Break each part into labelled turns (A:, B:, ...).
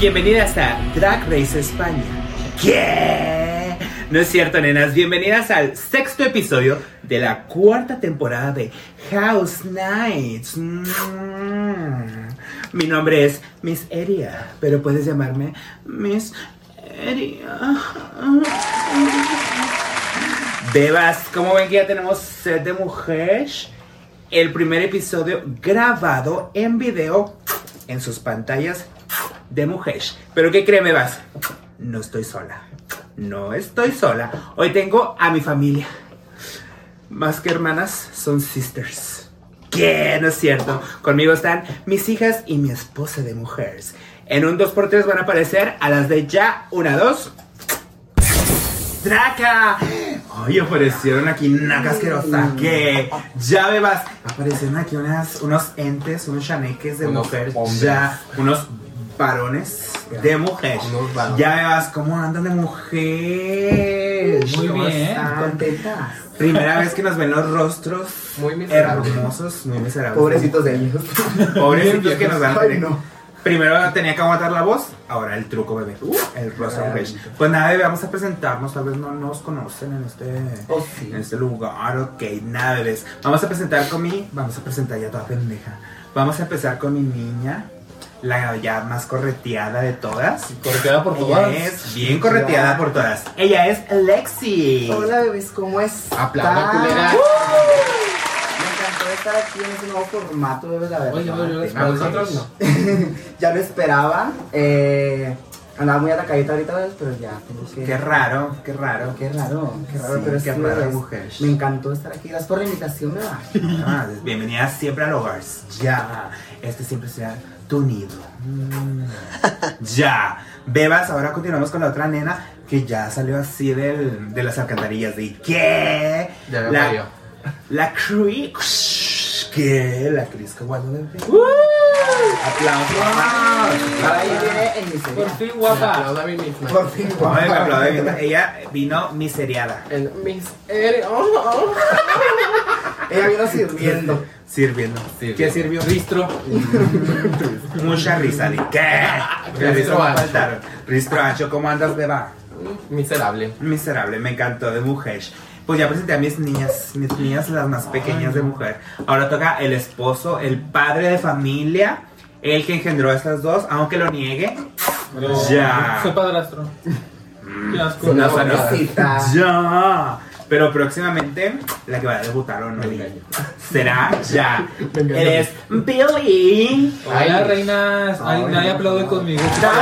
A: Bienvenidas a Drag Race España. ¿Qué? No es cierto, nenas. Bienvenidas al sexto episodio de la cuarta temporada de House Nights. Mm. Mi nombre es Miss Eria, pero puedes llamarme Miss Eria. Bebas, como ven que ya tenemos set de mujeres? El primer episodio grabado en video en sus pantallas de mujeres. Pero ¿qué cree, Bebas? No estoy sola. No estoy sola. Hoy tengo a mi familia. Más que hermanas, son sisters. ¿Qué? No es cierto. Conmigo están mis hijas y mi esposa de mujeres. En un 2x3 van a aparecer a las de ya. Una, dos. ¡Draca! Oye, aparecieron aquí una
B: Mm.
A: casquerosa. ¿Qué? Ya bebas. Aparecieron aquí unas, unos entes, unos chaneques de
B: Unos
A: mujer.
B: hombres.
A: Ya, unos varones de mujer.
B: Unos varones.
A: Ya bebas, ¿cómo andan de mujer?
B: Muy
A: ¿Cómo
B: bien,
A: están?
C: Contentas.
A: Primera vez que nos ven los rostros
B: Muy miserables.
A: hermosos, muy miserables.
C: Pobrecitos de ellos.
A: Pobrecitos que nos van a
C: Ay,
A: tener.
C: no.
A: Primero tenía que aguantar la voz, ahora el truco, bebé. Uh, el rosa
C: maravilla.
A: Fresh. Pues nada, bebé, vamos a presentarnos. Tal vez no nos conocen en este,
C: Oh, sí.
A: en este lugar. Ok, nada, bebés. Vamos a presentar con mi. Vamos a presentar ya toda pendeja. Vamos a empezar con mi niña, la ya más correteada de todas.
B: Corteada por
A: Ella
B: todas.
A: es bien correteada por todas. Ella es Lexi.
C: Hola bebés, ¿cómo es?
B: Aplauda, culera.
C: Me encantó estar aquí en este nuevo formato, bebés, la verdad.
B: Oye, oye, oye,
A: Ah,
B: para nosotros no.
C: Ya lo esperaba. Eh, andaba muy atacadita ahorita, bebés, pero ya tengo que.
A: Qué raro, qué raro.
C: Qué raro, qué raro,
A: Sí,
C: pero es
A: qué
C: que
A: raro,
C: bebés,
A: mujer.
C: Me encantó estar aquí. Gracias por la invitación, ¿verdad?
A: Ah, bienvenidas siempre al hogar. Ya. Este siempre será tu nido. Mm. Ya. Bebas, ahora continuamos con la otra nena que ya salió así del, de las alcantarillas. ¿De qué?
B: Ya me parió.
A: la, la Cris. ¿Qué? La Cris que guardo de ¡Aplausos!
C: Ahora ahí viene en mi
D: Por
C: serie.
D: fin, guapa.
B: Aplauda a mí misma.
C: Por fin,
A: Ay, me
C: guapa.
A: aplaude. Ella vino miseriada.
B: El Miss Eri. Oh, oh.
C: Ella vino sirviendo.
A: Sirviendo. ¿Qué sirvió?
D: Ristro.
A: Mucha risa, ¿de qué?
B: Ristro
A: Ristro no
B: ancho.
A: faltaron. Ristro ancho, ¿cómo andas, Beba?
B: Miserable.
A: Miserable, me encantó de mujer. Pues ya presenté a mis niñas, mis niñas las más pequeñas de mujer. Ahora toca el esposo, el padre de familia, el que engendró a estas dos, aunque lo niegue. Pues Ya.
D: Soy padrastro. Qué asco.
A: No, no,
B: no,
A: no.
C: Cosita.
A: Ya. Pero próximamente la que va a debutar o no
B: engaño.
A: será ya.
B: engaño.
A: Él es Billy.
D: Hola, reinas. Ay,
A: Ay,
D: nadie
A: no.
D: aplaude conmigo.
C: Se lo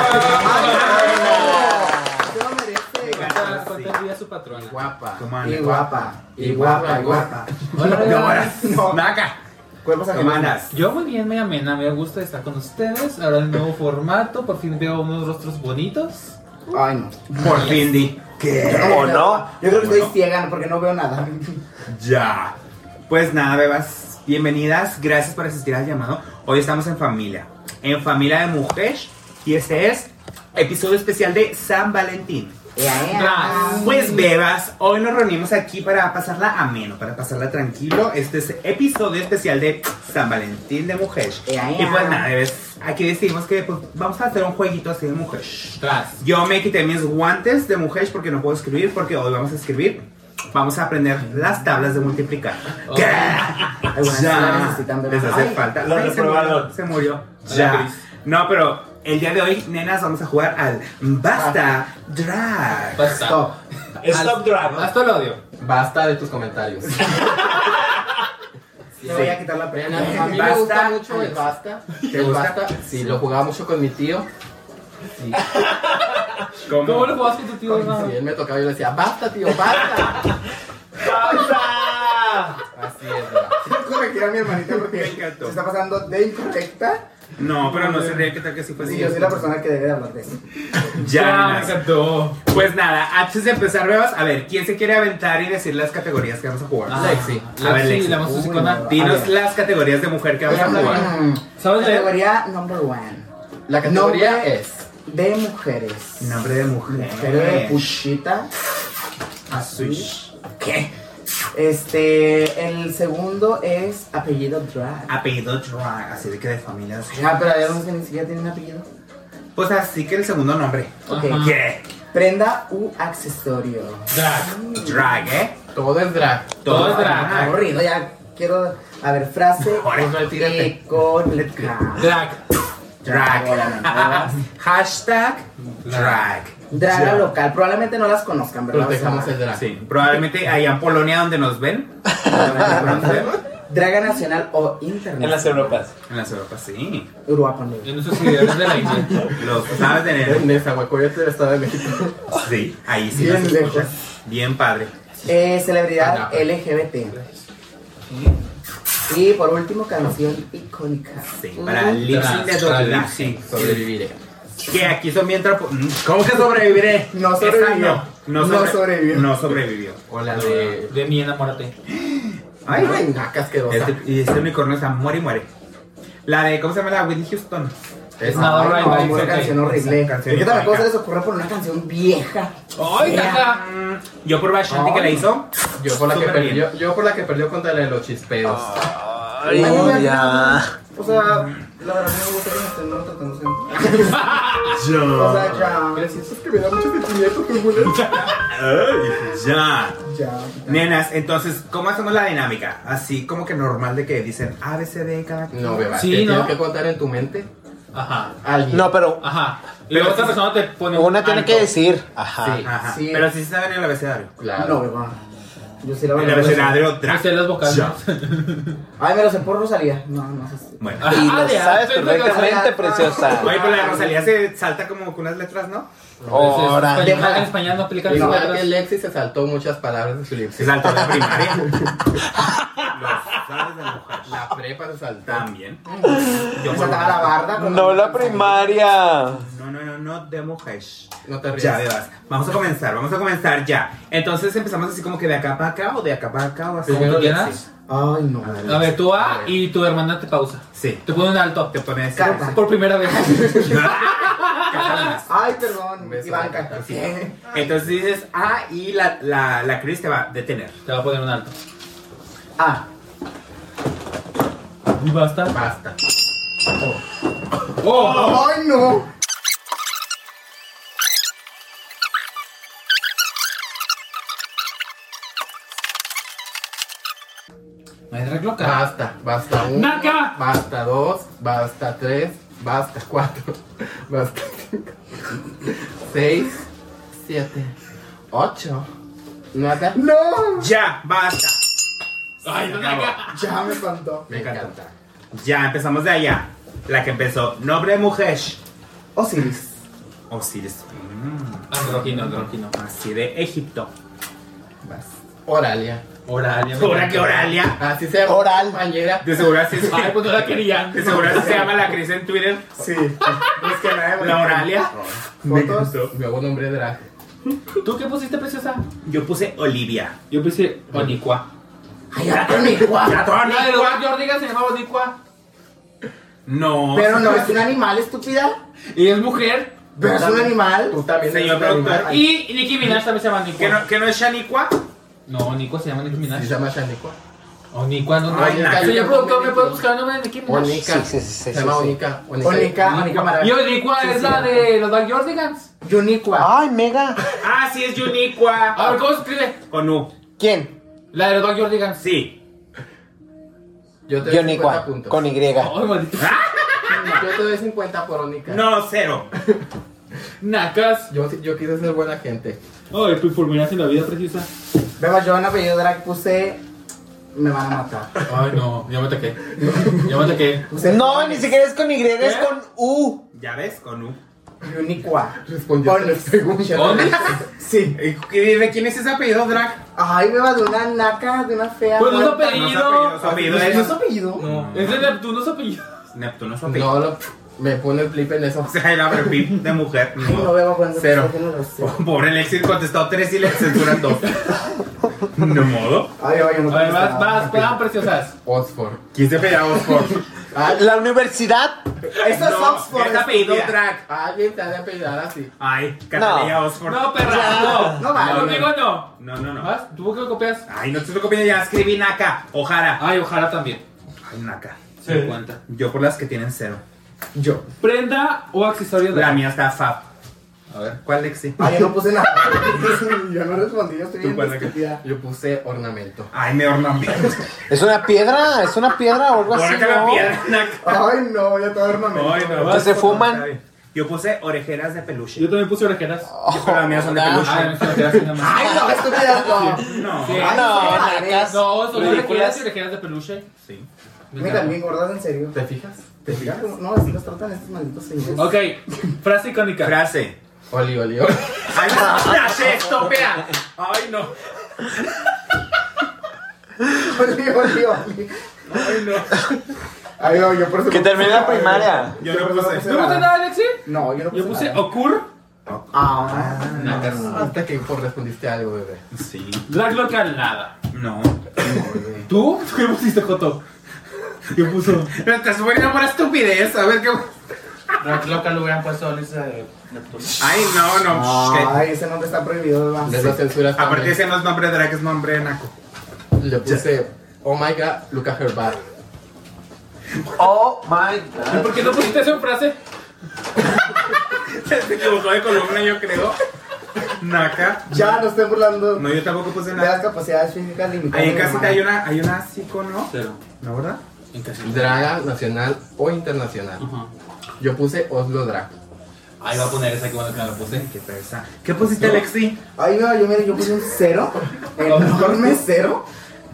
C: merece.
D: ¿Cuántas- ¿Cuántas días su patrona?
B: Guapa.
A: ¿Cómo
C: Y
A: andas?
C: guapa.
B: Y guapa, y guapa.
D: Hola,
A: ¿Cómo
D: reinas.
A: andas? Maca,
C: Cuerpos
A: ¿cómo
C: hermanas.
A: andas?
D: Yo muy bien, me amena, me gusta estar con ustedes. Ahora el nuevo formato, por fin veo unos rostros bonitos.
C: Ay, no.
A: Por fin di. ¿Qué? ¿O no?
C: Yo creo que
A: ¿O
C: estoy
A: no?
C: ciega ¿no? porque no veo nada.
A: Ya. Pues nada, bebas. Bienvenidas. Gracias por asistir al llamado. Hoy estamos en familia. En familia de mujeres. Y este es episodio especial de San Valentín.
C: Ea, ea.
D: Ras.
A: Pues bebas, hoy nos reunimos aquí para pasarla ameno, para pasarla tranquilo. Este es episodio especial de San Valentín de mujeres.
C: Ea, ea.
A: Y pues nada, bebes. Aquí decidimos que pues, vamos a hacer un jueguito así de mujeres.
D: Tras.
A: Yo me quité mis guantes de mujeres porque no puedo escribir, porque hoy vamos a escribir. Vamos a aprender las tablas de multiplicar.
D: Ok.
A: ¿Qué?
C: Algunas sí la necesitan, ¿verdad?
A: Les hace
C: Ay,
A: falta.
E: lo
A: Ay, se
E: reprobaron.
A: murió, Se murió.
D: Hola,
A: Ya.
D: Cris.
A: No, pero el día de hoy, nenas, vamos a jugar al Basta Drag.
D: Basta.
C: Stop.
E: Stop Drag.
D: Hasta el odio.
B: Basta de tus comentarios.
C: Le voy a quitar la
B: Vean,
C: prenda.
B: A a mí me
A: Basta.
B: gusta mucho el
A: Ay,
B: basta.
A: ¿Te
B: El
A: gusta?
B: basta. Sí, lo jugaba mucho con mi tío. Sí.
D: ¿Cómo lo jugabas con tu tío?
B: Si él me tocaba, yo le decía, basta, tío, basta.
E: ¡Pausa!
B: Así es, ¿verdad?
C: Quiero corregir a mi hermanita porque
A: Me encantó.
C: se está pasando de incorrecta.
A: No, pero no se ríe que tal que Pues sí fue
C: Y
A: así.
C: yo soy la persona que debe de hablar de eso.
A: Ya,
D: me
A: nenas.
D: encantó.
A: Pues nada, antes de empezar, bebas, a ver, ¿quién se quiere aventar y decir las categorías que vamos a jugar?
D: Ah,
B: Lexi.
A: A ver, Lexi.
D: Lexi, la más
C: Uy,
D: hocicona.
C: no. A
A: Dinos
C: ver.
A: las categorías de mujer que vamos a jugar.
D: ¿Sabes leer?
C: Mm. Categoría number one.
B: La categoría
C: Nombre
B: es.
C: De mujeres.
A: Nombre de mujer.
C: Mujer de puchita.
A: Asush. ¿Qué?
C: Este, el segundo es apellido drag.
A: Apellido drag, así de que de familia. así.
C: Ah, pero hay algunos que ni siquiera tienen apellido.
A: Pues así que el segundo nombre.
C: Ok.
D: Ajá.
A: ¿Qué?
C: Prenda u accesorio.
D: Drag.
A: Drag, ¿eh?
B: Todo es drag.
D: Todo es
C: Ah,
D: drag.
C: aburrido, ya quiero. A ver, frase eh,
B: Ahora, retírate.
C: icónica.
D: Drag.
A: Drag.
C: Ahora, nada más.
A: Hashtag drag.
C: Draga local. Probablemente no las conozcan, ¿verdad?
B: Protejamos
C: O sea,
B: el drag.
A: Sí, probablemente allá en Polonia donde nos ven.
C: Draga nacional o internacional.
E: En las Europas.
A: En las Europas, sí.
C: Uruapa, ¿no?
D: En nuestros seguidores de la India.
A: Los sabes tener.
B: En esa guacoyote del Estado de México.
A: Sí, ahí sí.
C: Bien
A: nos
C: lejos.
A: escuchan. Bien padre.
C: Eh,
B: Ah,
C: celebridad
B: no.
C: LGBT. Y por último, canción icónica.
A: Sí, para lip sync de
D: Tras- tras lip
A: doblaje.
B: Sobreviviré.
A: Que aquí son bien trapo. Mm, ¿Cómo que sobreviviré?
C: No
A: Esa
C: sobrevivió.
A: No, no,
C: No
A: sobre-
C: sobrevivió.
A: No sobrevivió.
B: O la de.
D: De mi enamórate.
A: Ay,
B: Ay, naca asquerosa.
A: este- y este unicornio está muere y muere. La de, ¿cómo se llama? La Whitney Houston.
B: Es
D: No.
C: Ay,
D: Alright,
C: no,
D: right,
C: una
D: it's
C: canción
A: okay.
C: horrible.
A: Esa canción
C: ¿Qué tal cosa
A: icónica.
C: les ocurre por una canción vieja?
D: ¡Ay,
C: Vieja.
D: caca!
A: Mm, Yo por Bashanti que la hizo.
B: Yo por la que
A: Súper bien. Ah.
B: perdió. Yo por la que perdió contra la de los chispedos.
E: Ay,
C: Ay,
E: ya.
C: O sea, la verdad me gusta que me estén maltratando siempre. O sea, ya.
B: siento que me da mucho sentimiento, que bueno.
A: Ay, ya.
C: Ya.
A: Nenas, entonces, ¿cómo hacemos la dinámica? Así como que normal de que dicen A, B, C, D, cada quien.
B: No, beba.
D: Sí,
B: ¿te
D: ¿no?
B: Tienes que contar en tu mente.
D: Ajá.
B: Alguien.
E: No, pero
D: Ajá. Y luego otra persona te pone un
E: una tiene
D: alto.
E: que decir. Ajá.
B: Sí.
A: Ajá.
C: Sí.
A: Pero si se saben el abecedario.
B: Claro.
C: No, beba. Yo sí la
A: El
C: verdad.
A: abecedario drag.
D: Hacer pues, las vocales.
A: Ya.
C: Ay, me lo sé por Rosalía. No, no sé. si-
A: Bueno.
E: Y lo
D: de
E: sabes
D: Alfred
E: perfectamente,
C: García.
E: preciosa.
A: Oye, pues la Rosalía se salta como con unas letras, ¿no?
E: Ahora.
D: Entonces,
C: Déjala.
D: En español no aplican las
B: Igual
D: palabras.
B: que Lexi se saltó muchas palabras de su libro.
A: Se saltó la primaria. Los sabes de mujer.
B: La prepa se saltó.
A: También. Yo por
C: Me saltaba la barda. con
E: No la
C: canción.
E: primaria.
A: No, no, no, no, de mujer.
B: No te rías.
A: Ya, bebas. Vamos a comenzar, vamos a comenzar ya. Entonces empezamos así como que de acá para acá o de acá para acá o así.
D: Como tú quieras.
C: Ay, no.
D: A ver, tú A y tu hermana te pausa.
A: Sí.
D: Te pone un alto.
A: Te pones.
C: Canta.
D: Por primera vez.
C: Ay,
B: Un
C: perdón.
B: beso.
C: Ivanka. ¿qué?
A: Entonces dices, ah, y la, la, la Cris te va a detener.
D: Te va a poner un alto.
C: Ah.
D: Y basta.
B: Basta.
D: ¡Oh!
C: Ay, no.
D: No hay reglo, cara.
B: Basta. Basta uno.
D: Naca.
B: Basta dos. Basta tres. Basta cuatro. Basta cinco. Seis. Siete. Ocho. Nada.
C: No.
A: Ya, basta.
D: Ay, no, naca.
C: Ya me espantó.
B: Me encanta.
A: Ya, empezamos de allá. La que empezó, nombre mujer.
C: Osiris.
A: Osiris.
D: Androquino, androquino.
A: Así de Egipto.
B: Oralia.
D: Oralia. me
A: Ahora
D: encanta.
A: que Oralia.
B: Así se llama.
E: Oral.
B: Compañera.
A: De seguro así se,
D: Ay, pues no la querían.
A: de seguro así se llama la Cris en Twitter.
C: Sí. Es que nadie me-
A: La Oralia.
C: Fotos.
B: Nuevo nombre drag.
D: ¿Tú qué pusiste, preciosa?
A: Yo puse Olivia.
D: Yo puse Bonicua.
C: Ay, ahora con mi guapa.
D: La
A: Ah,
D: de los Jordigan se llama Bonicua.
A: No.
C: Pero no, es un animal, estúpida.
D: Y es mujer.
C: Pero es un animal.
B: Tú también eres
A: Señor
B: un animal.
A: productor.
D: Y Nicki Minaj también se llama
A: ¿Que
D: Nicua.
A: no, que no es Shaniqua?
D: No, Nicua se llama Nicki
B: Sí,
D: Minaj.
B: Se llama Shaniqua.
D: O Nicua, no.
A: Ay, naca.
D: Señor productor, ¿me puede buscar el nombre de Nicki Minaj?
B: Onika.
E: Sí, sí, sí, sí,
B: Se llama
E: sí, sí.
B: Onika.
C: Onica, Onica
D: Y
C: Maravilla.
D: Nicua es la de los Bad Jordigans.
C: Yuniqua.
E: Ay, mega.
A: Ah, sí, es Uniqua.
D: A ver, ¿cómo se escribe?
A: Con U.
E: ¿Quién?
D: La de los Bad Jordigans.
A: Sí.
B: Yo te doy 50
E: Yonicua.
B: puntos. Ah,
E: Con Y.
D: Ay, maldito.
B: Yo te doy 50 por Onika.
A: No, cero.
D: Nacas.
B: Yo, yo quise ser buena gente.
D: Ay, pues por miras en la vida precisa.
C: Beba, yo en apellido drag puse. Me van a matar.
D: Ay, no, ya me ataqué. Ya me ataqué.
C: Puse
E: No, ni siquiera es con Y, es con U.
A: ¿Ya ves? Con U.
C: Yuniqua.
B: Respondió a las
C: Onis.
D: ¿Onis?
C: Sí.
A: ¿Y qué- ¿De quién es ese apellido, Drag?
C: Ay, beba, de una naca, de una fea.
D: Pues no es
C: muerta.
A: No, su apellido, su
D: apellido.
A: apellido
C: ¿No es
A: es.
C: su apellido?
D: No, es de Neptuno su apellido.
A: Neptuno es su apellido.
B: No, lo, me pone el flip en eso.
A: O sea, el perfil de mujer. ni
C: Ay, no
A: modo.
C: beba, cuando
A: Cero.
C: pensé que no lo sé.
A: Pobre Lexi contestó tres y le censuran dos. No modo.
C: Ay, ay, yo no
D: A ver,
C: pensé
D: vas,
C: nada.
D: vas, van preciosas.
B: Oxford.
A: ¿Quién se apellida Oxford?
E: La universidad.
C: Eso es
A: No,
C: Oxford.
A: es apellido
C: estúpida.
A: Drag.
B: Alguien te ha de apellidar así.
A: Ay, Catalina Oxford.
D: No, Ah. perra, no.
C: No va,
D: No,
C: no,
D: conmigo no.
A: No, no, no.
D: ¿Vas? ¿Tú qué copias?
A: Ay, no te estoy copiando ya. Escribí Naka. Ojara.
D: Ay, ojalá también.
A: Ay, Naka.
D: Se cuenta.
A: Yo por las que tienen cero.
D: Yo. Prenda o accesorio de
A: La mía está fab.
D: A ver.
A: ¿Cuál, Lexi?
C: Ah, yo no puse nada. yo no respondí, yo estoy
A: ¿Tú
C: bien
A: cuál, Raquel?
C: estúpida.
B: Yo puse ornamento.
A: Ay, me ornamento.
E: ¿Es una piedra? ¿Es una piedra o algo así?
A: Guarda la
E: ¿no?
A: pierna.
C: Ay, no, ya todo hermano.
A: Ay, no.
E: Que se fuman.
A: Yo puse orejeras de
D: Yo
A: peluche.
D: también puse orejeras.
A: Yo, pero las mías son de
E: Ah,
A: peluche.
D: Ah, no, son orejeras nada más.
C: Ay, no, estúpida, no.
A: No.
D: Sí.
C: Ay,
E: No,
C: qué
E: nacas.
C: padres.
D: No, son orejeras
E: Ridículas.
D: y orejeras de peluche.
A: Sí.
C: Me caen bien gordas, en serio.
B: ¿Te fijas?
C: ¿Te fijas? cómo- No, así los tratan estos malditos señores.
D: Ok, frase icónica.
A: Frase.
B: Oli, oli, oli.
A: Ay, no. Frase estopea. Ay, no.
C: Oli, oli, oli.
A: Ay, no.
C: Ay, no, yo por eso
E: Que
C: no
E: termine
C: puse
E: la
C: nada.
E: primaria.
A: Yo no
C: por eso
A: puse.
D: ¿No puse nada, Alexi?
C: No, yo no puse
D: Yo puse
C: nada.
D: Okur,
C: Ah,
B: Hasta que por respondiste algo, bebé.
A: Sí.
D: Drag Local, nada.
A: No.
D: ¿Tú? ¿Tú ¿Qué pusiste, Joto? Yo puso.
A: Te estás poniendo por estupidez. A ver qué.
F: Drag Local lo hubieran puesto a Lisa de Neptuno.
A: Ay, no, no. shh, que-
C: Ay, ese nombre está prohibido, ¿verdad?
B: Les la censuras
A: Aparte,
B: también.
A: ese no es nombre drag, es nombre naco.
B: Le puse, oh my god, look at her butt.
E: Oh my
D: ¿Y
E: god.
D: por qué no pusiste esa frase?
A: Se equivocó de columna, yo creo. Naca.
C: Ya, no estoy burlando
A: No, yo tampoco puse
C: de
A: nada.
C: las capacidades físicas limitadas.
A: Ahí en
C: de mi
A: casita
C: mamá.
A: hay una, hay una psico, ¿no?
F: Cero.
A: ¿No, verdad?
F: En casi.
B: Draga nacional o internacional.
F: Ajá.
B: Yo puse Oslo Drag.
F: Ahí va a poner esa que bueno que no la puse.
A: Qué pesa. ¿Qué pusiste, Lexi?
C: Ay, no, yo mire, yo puse un cero. Enorme cero.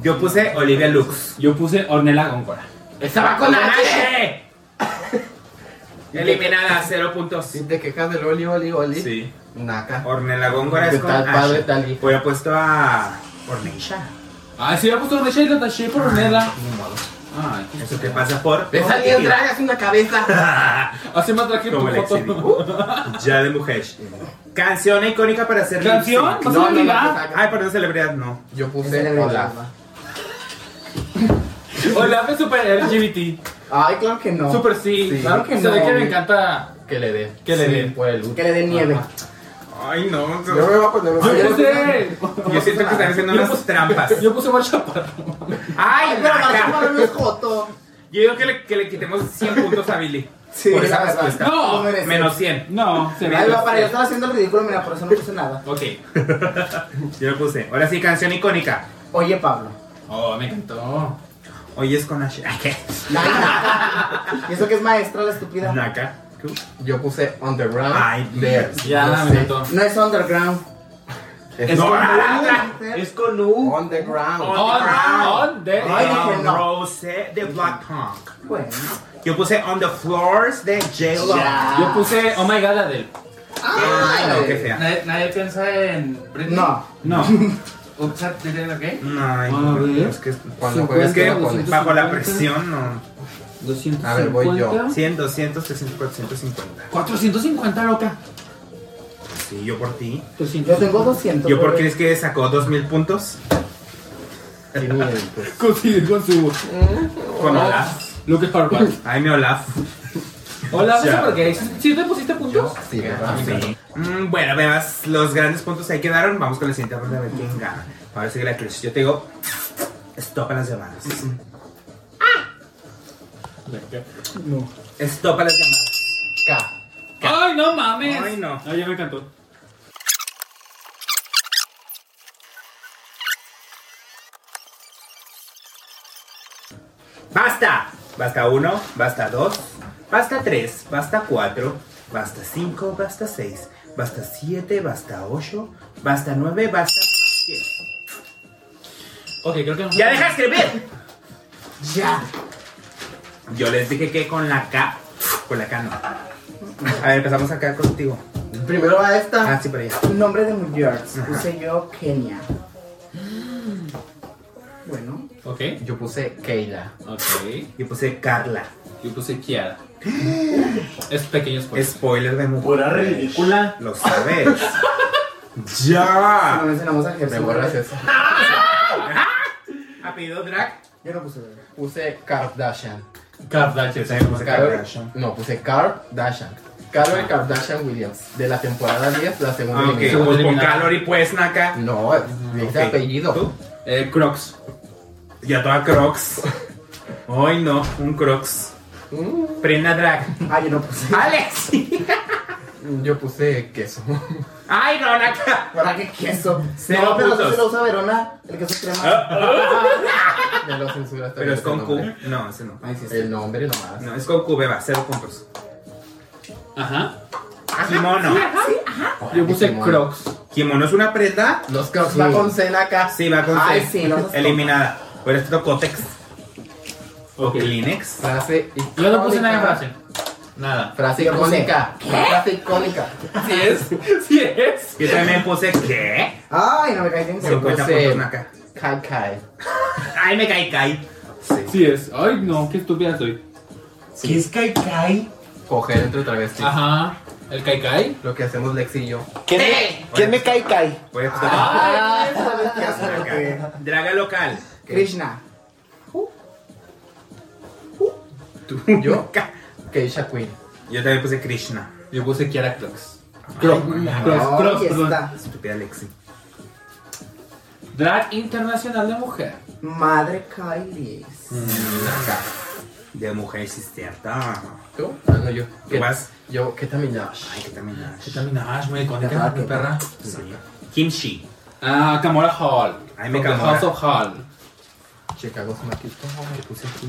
A: Yo puse Olivia Lux.
D: Yo puse Ornella Góncora.
B: ¡Estaba
A: H! Eliminada, 0.5.
B: Si te quejas del oli, oli, oli.
A: Sí.
B: Naca.
A: Ornella Góngora
B: ¿Qué
A: es con
B: tal, padre,
A: H.
B: tal hijo?
A: Hubiera puesto a Orneisha.
D: Ah, sí, yo puse Ornella y la taché por
F: Ah,
D: Ornella. Ay, qué
A: Eso te pasa por...
B: Esa tía Draga es una cabeza.
D: Hace más drag que tu
A: Como Lexi
D: Joto.
A: dijo. Ya de mujer. Canción icónica para hacer lip
D: ¿Canción?
A: sync.
D: ¿Vas
B: No,
D: a
B: no, no,
D: olvidar?
A: Ay, perdón, celebridad, no.
B: Yo
C: Ese
B: puse
C: era mi
B: hola.
C: mamá.
D: Hola, es super LGBT.
C: Ay, claro que no.
D: Super sí.
C: Sí.
D: Claro que
C: Se
D: Se
C: ve
D: ve
C: que
D: que
C: me
D: me encanta.
B: Que le den.
D: Que le
B: Sí,
D: den.
B: Por el
C: Que le den nieve.
A: Ay, no.
B: Yo me voy a poner
D: Yo
B: Yo
D: puse.
A: Yo siento que están haciendo unas trampas.
D: Yo puse Mar Chaparro.
A: Ay,
C: Pero
A: naca.
C: Marco Marco es joto.
A: Yo digo que le, que le quitemos 100 puntos a Billy.
C: Sí,
A: por esa
C: la verdad.
A: respuesta.
D: No,
C: merece.
A: Menos 100.
D: No, se
C: Ahí
D: ve.
C: va, para yo estaba haciendo el ridículo, mira, por eso no puse nada.
D: Ok.
A: Yo lo puse. Ahora sí, canción icónica.
C: Oye, Pablo.
D: Oh, me encantó.
A: Hoy es con H. Ay, qué.
C: Ay, nada. Y eso que es maestra, la estúpida.
A: Naca. Tú.
B: Yo puse underground.
A: Ay,
B: there.
D: Ya,
B: Yo
D: me
B: sé.
D: encantó.
C: No es underground.
B: Es
A: No, ah,
B: on-
A: naca.
E: Es con U.
B: underground.
D: Oh,
A: On the ground.
D: On, on, the-
C: Ay, dije
A: Um,
C: no.
A: Rose de Black Punk.
C: Bueno.
A: Yo puse On the Floors de J-Lo.
C: Ya.
D: Yo puse Oh my god, Adele.
A: Ay, no, qué fea.
F: Nadie, nadie piensa en Britney.
C: No.
A: No.
F: Upset, diría la gay.
A: No,
D: A ver.
A: es que
B: Cuando
A: Pues es
B: juegues
A: que
B: con japonés.
A: bajo la presión, no.
D: 250.
B: A ver, voy yo.
A: 100, 200, 300, 450.
D: 450, loca.
A: Sí, yo por ti.
C: pues
D: 300.
C: Yo tengo 200.
A: ¿Yo por
C: bebé.
A: qué es que sacó 2000 puntos?
B: 500.
D: Coincidir con su.
A: Con Olaf.
D: Luke Harvard.
A: Ay, mi Olaf.
D: Hola, no sé
A: Ya.
D: por qué. ¿Sí te pusiste puntos?
B: Sí, ¿verdad?
A: Sí. Mm, bueno, veas, los grandes puntos ahí quedaron. Vamos con la siguiente ronda a ver quién gana. Ahora sigue la crisis. Yo te digo, stop a las llamadas.
D: No.
A: Stop a las llamadas.
B: K.
D: Ay, no mames.
A: Ay, no.
D: Ay, ya me encantó.
A: ¡Basta! Basta uno, basta dos, basta tres, basta cuatro, basta cinco, basta seis, basta siete, basta ocho, basta nueve, basta diez.
D: Ok, creo que no.
A: ¡Ya deja de escribir!
C: Ya.
A: Yo les dije que con la K, con la K no. A ver, empezamos acá contigo.
B: Primero va
A: Ah,
B: esta.
A: sí, para allá.
C: Nombre de York.
A: Ajá.
C: Puse yo Kenia. Bueno.
D: Ok,
B: Yo puse Keila.
D: ok.
A: Yo puse Carla.
D: Yo puse Kiara. es pequeño spoiler.
A: Spoiler de mujer. Pura ridícula. Lo sabes.
C: No
A: ¡Ya!
C: mencionamos a
B: Me
C: Gerson.
B: borras
C: bebé.
B: esa.
A: ¿Ha pedido drag?
C: Yo no puse bebé.
B: Puse Kardashian.
A: Yo
D: Kardashian.
A: también puse
B: Carol,
A: Kardashian.
B: no, puse Kardashian. Carol Kardashian Williams, de la temporada 10, la segunda
A: Ah, ok.
B: eliminada.
A: Pues con Calor y pues Naka.
B: No, dice
A: Ok.
B: apellido.
A: ¿Tú?
D: Eh, Crocs.
A: Ya toda Crocs. Ay, no, un Crocs. Prenda drag.
C: Ah, yo no puse.
A: ¡Alex!
B: Yo puse queso.
A: ¡Ay, no, Naka!
C: ¿Para qué queso?
A: Cero
C: no, pero
A: puntos.
C: si se lo usa Verona, el queso crema.
A: Ah, ah,
B: Me lo censuraste.
A: Pero es con
B: el
A: Q.
B: nombre.
A: No, ese no.
C: Ay, sí, sí.
B: El nombre nomás.
A: No, es con Q, beba, cero puntos.
D: Ajá. Este
A: Kimono.
B: Ay,
D: Yo puse
B: Simón.
D: Crocs.
A: Kimono es una prenda.
B: Los crocs va con cena acá.
A: Sí, va con
C: Ay,
A: C.
C: sí, no seas
A: Eliminada. Pero esto tocó Tex.
D: Ok.
A: Kleenex.
B: Frase
D: Yo no puse nada de
B: icónica.
D: frase. Nada.
B: Frase
C: Yo puse,
B: icónica. Frase icónica.
D: Sí es. Sí es.
A: Yo también puse ¿qué?
C: Ay, no me caí bien.
A: Sí. 50
B: puse
A: puntos, Naka.
B: Kai Kai.
A: Ay, me caí, caí.
D: Sí es. Ay, no, qué estúpida soy.
E: ¿Qué es Kai Kai?
B: Coger entre travestis.
A: Ah.
D: Ajá. El Kai Kai.
B: Lo que hacemos Lexi y yo.
E: ¿Quién me, ¿quién me Kai Kai?
A: Voy a estar
C: Ay, sabes qué asco,
A: acá.
C: güey.
A: Draga local.
C: Krishna.
B: Yo, Keisha Queen.
A: Yo también puse Krishna.
D: Yo puse Kiara Crocs. Crocs. Crocs, Crocs,
C: Ahí
D: perdón.
C: está.
A: Estúpida Lexi.
D: Drag Internacional de Mujer.
C: Madre Kairis.
A: Naka. De mujer, sí, es cierto.
B: ¿Tú? Ah, no, yo.
A: ¿Tú vas?
B: Yo, Keta Minaj.
A: Ay, que también. Nash.
D: También Ash, muy
C: Ajá,
D: icónica, mi
C: qué
D: perra.
A: Sí. Kimchi.
D: Ah, Kamora Hall.
A: Ay, me
D: From the
A: Kamora.
D: House of Hall.
B: Chicago Smackito. ¿Qué puse aquí?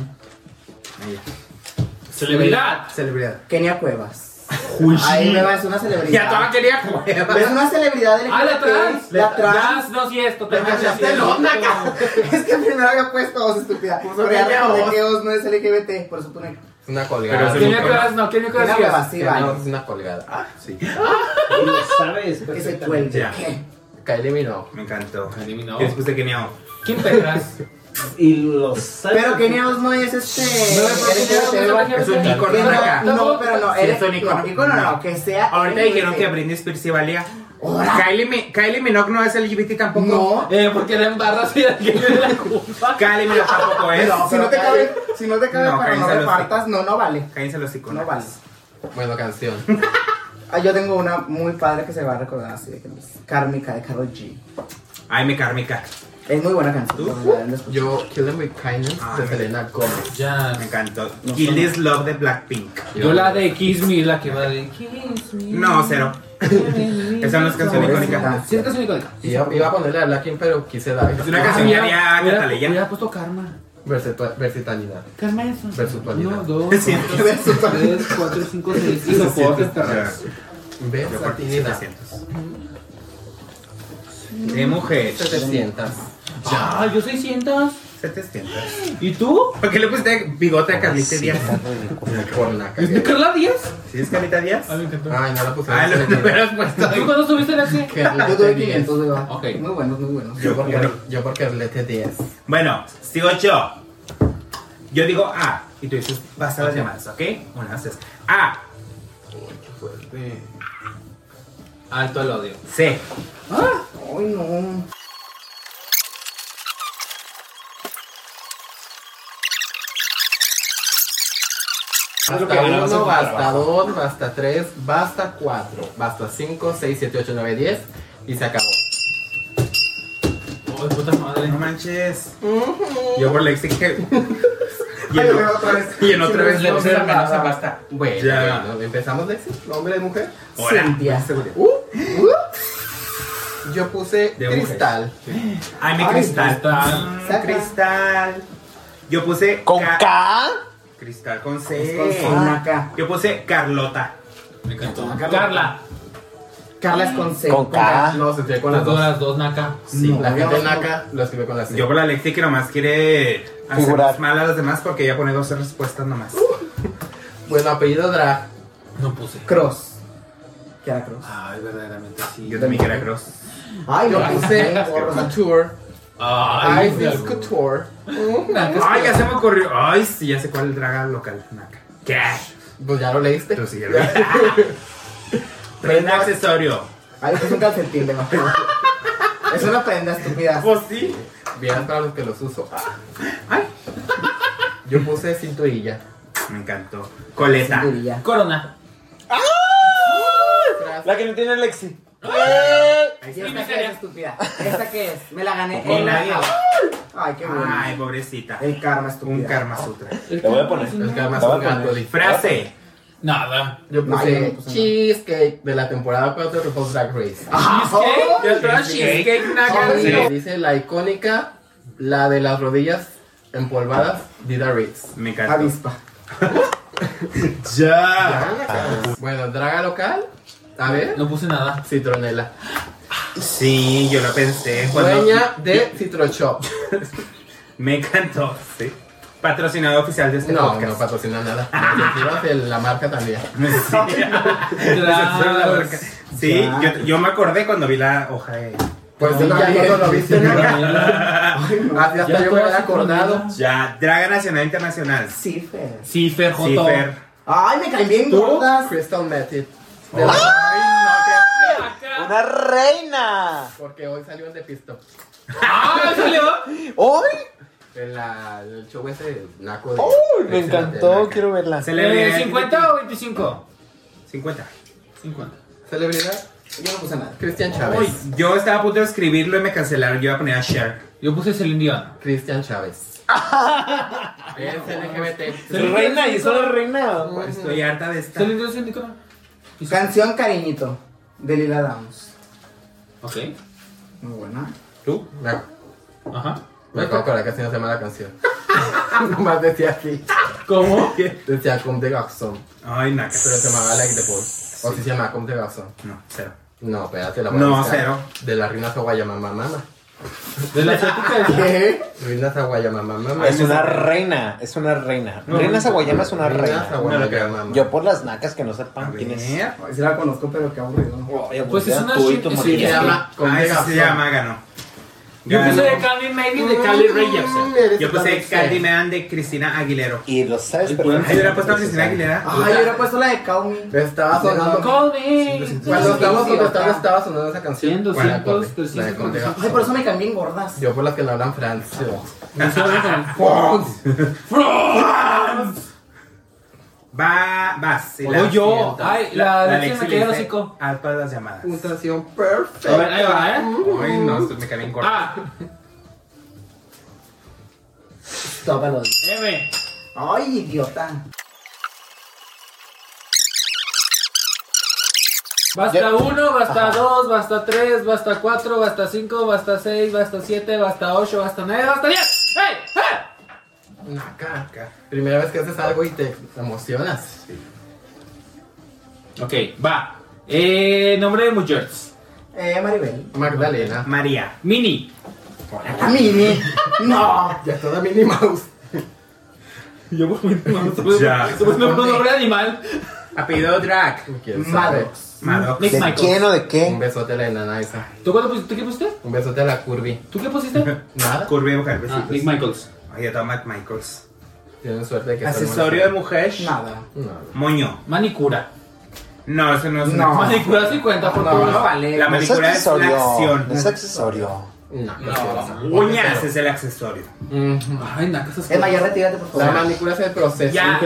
A: Ahí ya.
D: Celebridad.
A: Celebridad.
C: Kenia Cuevas. Ahí me va, es una
A: Ya toda
C: celebridad.
A: quería comer.
C: Es una celebridad del
D: Ah, la trans.
C: La trans.
D: Trans, no, sí es
C: Me
D: totalmente.
C: cachaste,
D: cierto.
C: no, naca. Es que primero había puesto os estúpida. Pero
B: Kenia
C: ya
B: Os.
C: recordé que os no es LGBT, por eso pone.
B: Es una colgada.
A: Pero
D: ¿Quién
A: es
D: me
A: un-
D: acuerdas? No, ¿quién me
C: Kenia Cuevas,
D: acuerdas?
C: sí,
B: Que no,
C: vale.
B: es una colgada.
A: Sí.
E: ¿Sabes?
C: Que se cuelgue.
A: Ya.
C: ¿Qué?
B: Kylie Minogue.
A: Me encantó.
D: Eliminó.
A: Y después de Kenia.
D: ¿Quién perras?
E: Y lo sabes.
C: Pero Kenia Os no es este.
D: No me preocupes, no me
C: LGBT,
D: preocupes.
A: Es un unicornio
C: Pero-
A: acá.
C: No, pero no,
A: Sí,
C: eres
A: es un icono.
C: no, icono no, que sea.
A: Ahorita dijeron que
C: LGBT.
A: Britney Spears sí valía.
C: Hola.
A: Kylie, Mi- Kylie Minogue no es LGBT tampoco.
C: No.
D: Eh, porque era en barras y era que yo era la culpa.
A: Kylie Minogue tampoco es.
C: No, si no te cabe, si no te cabe
A: No,
C: para no
A: cállense los
C: repartas, no, no vale.
A: Cállense los iconos.
C: No vale.
B: Bueno, canción.
C: Ah, yo tengo una muy padre que se va a recordar así de que es Kármica de Karol G.
A: Ay, me carmica.
C: Es muy buena canción.
A: ¿Tú?
C: la verdad, la escuché.
B: Yo, Kill Them With Kindness de
A: Ay.
B: Selena Gomez.
D: Ya.
A: Me encantó.
C: No
A: Kill
C: son-
A: This Love de Blackpink.
D: Yo la de Kiss Me, la que va de Kiss Me.
A: No, cero. Esa no es canción icónica.
D: Sí, es canción icónica. Ah,
B: Iba, iba a ponerle a Black King, pero quise dar
A: Es una canción ya había Catalina.
D: Hubiera puesto Karma.
B: Versetua- versatilidad.
D: Karma es
B: Versatilidad.
D: Uno, dos, tres, cuatro, cinco, seis. Y soportes, perras.
B: Versatilidad.
A: 700. De mujer.
B: 700.
D: Ya, Ah, yo 600.
A: 700.
D: ¿Y tú?
A: ¿Por qué le pusiste bigote a Carlita Díaz?
B: Por la
D: ¿Es de
B: cagué.
D: Carla Díaz?
A: ¿Sí es Carlita Díaz?
D: Ah, me encantó.
B: Ay, no la puse.
A: Ah, lo
B: versatilidad.
A: hubieras puesto.
D: ¿Tú cuándo subiste la acción?
C: Yo tuve 500, de verdad.
D: Ok.
C: Muy buenos, muy buenos.
B: Yo porque, yo porque Arlete 10.
A: Bueno, sigo yo. Yo digo A. Y tú dices, vas a las llamadas, ¿ok? Una, dos, tres. A.
D: Alto al odio.
A: C.
C: Ay, no.
B: Basta uno, basta dos, basta tres, basta cuatro, basta cinco, seis, siete, ocho, nueve, diez y se acabó.
D: Oh, puta madre.
A: No manches. Yo por Lexi que. Y
C: Ay,
A: en,
C: lo veo otra vez.
A: y en otra vez.
F: Le puse la menos a pasta.
B: Bueno,
A: Ya.
B: bueno, empezamos Lexi, hombre y mujer.
A: Hola.
C: Cintia.
B: Uh, uh. Yo puse
A: De mujer.
B: cristal.
A: Ay, mi
C: Ay,
A: cristal.
D: cristal.
A: Mm, cristal. Yo puse.
E: ¿Con
A: Ca-
E: K?
A: Cristal con C.
C: Con C, acá.
A: Yo puse Carlota.
D: Me encantó. Carla.
C: Carla es con C.
E: Con K.
B: Ah, No, se escribe con las
D: Las dos,
B: dos.
D: las dos, Naka.
B: Sí,
C: No,
B: la
C: yo
B: gente
C: no.
B: naca lo escribe con las C.
A: Yo por la Lexi que nomás quiere hacer
E: Figurar.
A: mal a los demás porque ella pone dos respuestas nomás.
B: Bueno, apellido drag.
D: No puse.
C: Cross. Kiara Cross.
D: Ay, verdaderamente sí.
A: Yo también quiero Cross.
C: Ay,
B: Yo
C: no
B: puse couture.
D: Ay,
B: I feel couture.
A: Ay, ya se me ocurrió. Ay, sí, ya sé cuál draga local. Naca. ¿Qué?
B: Pues ya lo leíste.
A: Tú sí, ¿verdad? Prenda accesorio.
C: Ay, es un calcetín de papel. Es una prenda estúpida.
A: Pues sí.
B: Vieras para los que los uso.
A: Ay.
B: Yo puse cinturilla.
A: Me encantó. Coleta.
C: Cinturilla.
D: Corona.
E: La que no tiene Lexi.
C: ¿Y esta qué es, estúpida? ¿Esta qué es? Me la gané en la...
A: Nadie.
C: Ay, qué bueno.
A: Ay, pobrecita.
C: El karma estúpida.
A: Un Karma Sutra.
G: Te voy a poner.
B: El karma
G: Te voy a
B: es un gato,
G: poner.
B: dije.
A: Frase.
D: Nada.
B: Yo
C: No,
B: puse
C: yo no puse nada.
B: cheesecake de la temporada 4 de RuPaul's Drag Race.
A: Cheesecake. Yo traje cheesecake
C: Ay,
A: nugget.
B: Y Dice la icónica, la de las rodillas empolvadas, Dida Ritz.
A: Me encantó.
C: Avispa.
A: Ya.
B: Bueno, draga local, a ver,
D: No puse nada.
B: citronela.
A: Sí, yo lo pensé. Cuando
B: Dueña de Citrochop.
A: Me encantó. Sí. Patrocinado oficial de este
B: No, no
A: podcast.
B: patrocina nada. Nosotros de la marca también.
D: Claro.
A: Sí,
C: Ya.
A: yo, yo me acordé cuando vi la hoja de.
B: Pues sí,
C: No,
B: ya
C: no,
B: no
C: no,
B: lo viste nada. Así
D: Ya
B: hasta yo me
D: todo
B: había
D: así
B: acordado.
A: Ya, Draga Nacional Internacional.
C: Sí, Fer.
D: Sí, Fer,
A: Sí,
D: Joto.
A: Fer.
C: Ay, me caen bien
B: Tú,
C: gordas.
B: Crystal Method.
A: Ay, no, qué-
E: ¡Una reina!
B: Porque hoy salió el de Pisto.
D: ¡Ah, salió!
E: ¡Hoy!
B: El, la- el show ese naco de.
E: ¡Uy! Me
B: ese
E: encantó,
B: naca.
E: quiero verla.
A: Celebridad.
D: ¿50 Eh, o 25?
A: 50.
D: 50.
B: Celebridad,
C: Yo no puse nada.
B: Cristian Chávez.
A: Pues, Yo estaba a punto de escribirlo y me cancelaron. Yo iba a poner a Cher.
D: Yo puse Celine Dion.
B: Cristian Chávez. Es LGBT.
D: Celine
E: Reina,
D: Dion
E: y
D: es
E: solo
D: un icono.
E: reina.
A: Estoy harta de esta.
D: Celine Dion es un icono. Y-
C: Canción Cariñito de Lila Downs.
D: Ok.
C: Muy buena.
A: ¿Tú?
B: Me-
D: Ajá.
B: Me acuerdo que la canción se llama la canción. Nomás decía así.
D: ¿Cómo?
B: Decía Comme de Garçon.
A: Ay, naca.
B: Pero se llamaba Like the Ball. O si se llama Comme de Garçon.
A: No, cero.
B: No, espérate, la voy a
A: No,
B: buscar.
A: cero.
B: De la Rina Zawaya Mamá Mamá.
D: De la asiática de
B: ¿Qué? Rina Zawaya Mamá Mamá.
E: Es una reina, es una reina. Reina Zaguayama es una
B: Rina
E: reina.
B: Zawaya
A: No lo creo.
B: Mamá Mamá.
E: Yo por las nacas que no
A: A
E: sepan quién es.
A: ver.
C: Ay, Sí la conozco, pero qué aburrido.
E: Ay,
D: Pues es una
E: tú y
D: shit-
E: tu
D: sí,
B: Se
E: María.
B: llama Comme
A: Ay,
B: de
A: Ah, sí
B: Garçon.
A: se llama Ganó.
D: Yo puse de
A: Ganó.
D: Candy Maybe de Carly Rae
B: Mm,
D: Jepsen.
B: eres
A: Yo puse
B: totalmente-
A: Candyman de Cristina Aguilero.
E: Y lo sabes
D: El
E: perfecto.
A: Ay, yo le puesto a Cristina Aguilera.
C: Ay, yo hubiera puesto la de Call Me.
B: Estaba sonando.
D: Call me.
B: Cuando estábamos
C: Sí, sí,
B: contestando,
C: está.
B: estaba sonando esa canción.
D: 100, 200,
B: Bueno, la corte,
D: 300,
B: la de Comme de
C: Ay, por eso
B: Garçon.
C: me caen bien gordas.
B: Yo por las que no hablan francés.
A: Va, vas. y la-
D: O yo. Ay, la
A: la
D: leche
A: Alexi
D: me cayó el
A: dice,
D: hocico.
A: Haz para las llamadas.
B: Puntuación
D: A ver,
B: perfecta.
D: ahí va, ¿eh? Ah,
A: Ay, no, esto me cae bien corto.
D: A.
E: Tópalo.
D: M.
C: Ay, idiota.
D: Basta 1, basta 2, basta 3, basta 4, basta 5, basta 6, basta 7, basta 8, basta 9, basta 10. ¡Hey! ¡Hey!
B: Naca. Primera vez que haces algo y te emocionas.
D: Ok, va. Eh, nombre de mujeres.
C: Eh, Maribel.
B: Magdalena.
A: María.
D: Mini.
C: A mí, no.
B: Ya toda Minnie Mouse.
D: Yo por mi
A: Ya.
D: nombre de animal.
A: Apellido drag.
B: ¿Quién sabe?
C: Maddox.
A: Maddox.
D: Mix
E: ¿De quién
D: Michael.
E: o de
B: Un
E: qué?
B: besote a la enana esa.
D: ¿Tú cuándo pusiste? ¿Tú qué pusiste?
B: Un besote a la Curvy.
D: ¿Tú qué pusiste?
B: Nada.
A: Curvy mujer.
D: Ah, Nick
A: besitos.
D: Michaels.
A: Ay, yo estaba Mac Michaels.
B: Tienen suerte de que
A: Accesorio de mujer.
C: Nada.
B: No.
A: Moño.
D: Manicura.
A: No, eso no es
D: Ah.
C: No.
A: una-
D: Manicura 50 por
C: No,
B: Pues,
C: no
D: favor.
C: vale.
A: La
E: No es
A: manicura es la
E: accesorio. No es
A: acción.
E: accesorio.
B: No.
A: Uñas es el accesorio.
B: Ujú.
D: Ay, naca, esas
C: Emma, ya retírate, por
B: La
C: favor.
B: manicura es el proceso.
D: Ya.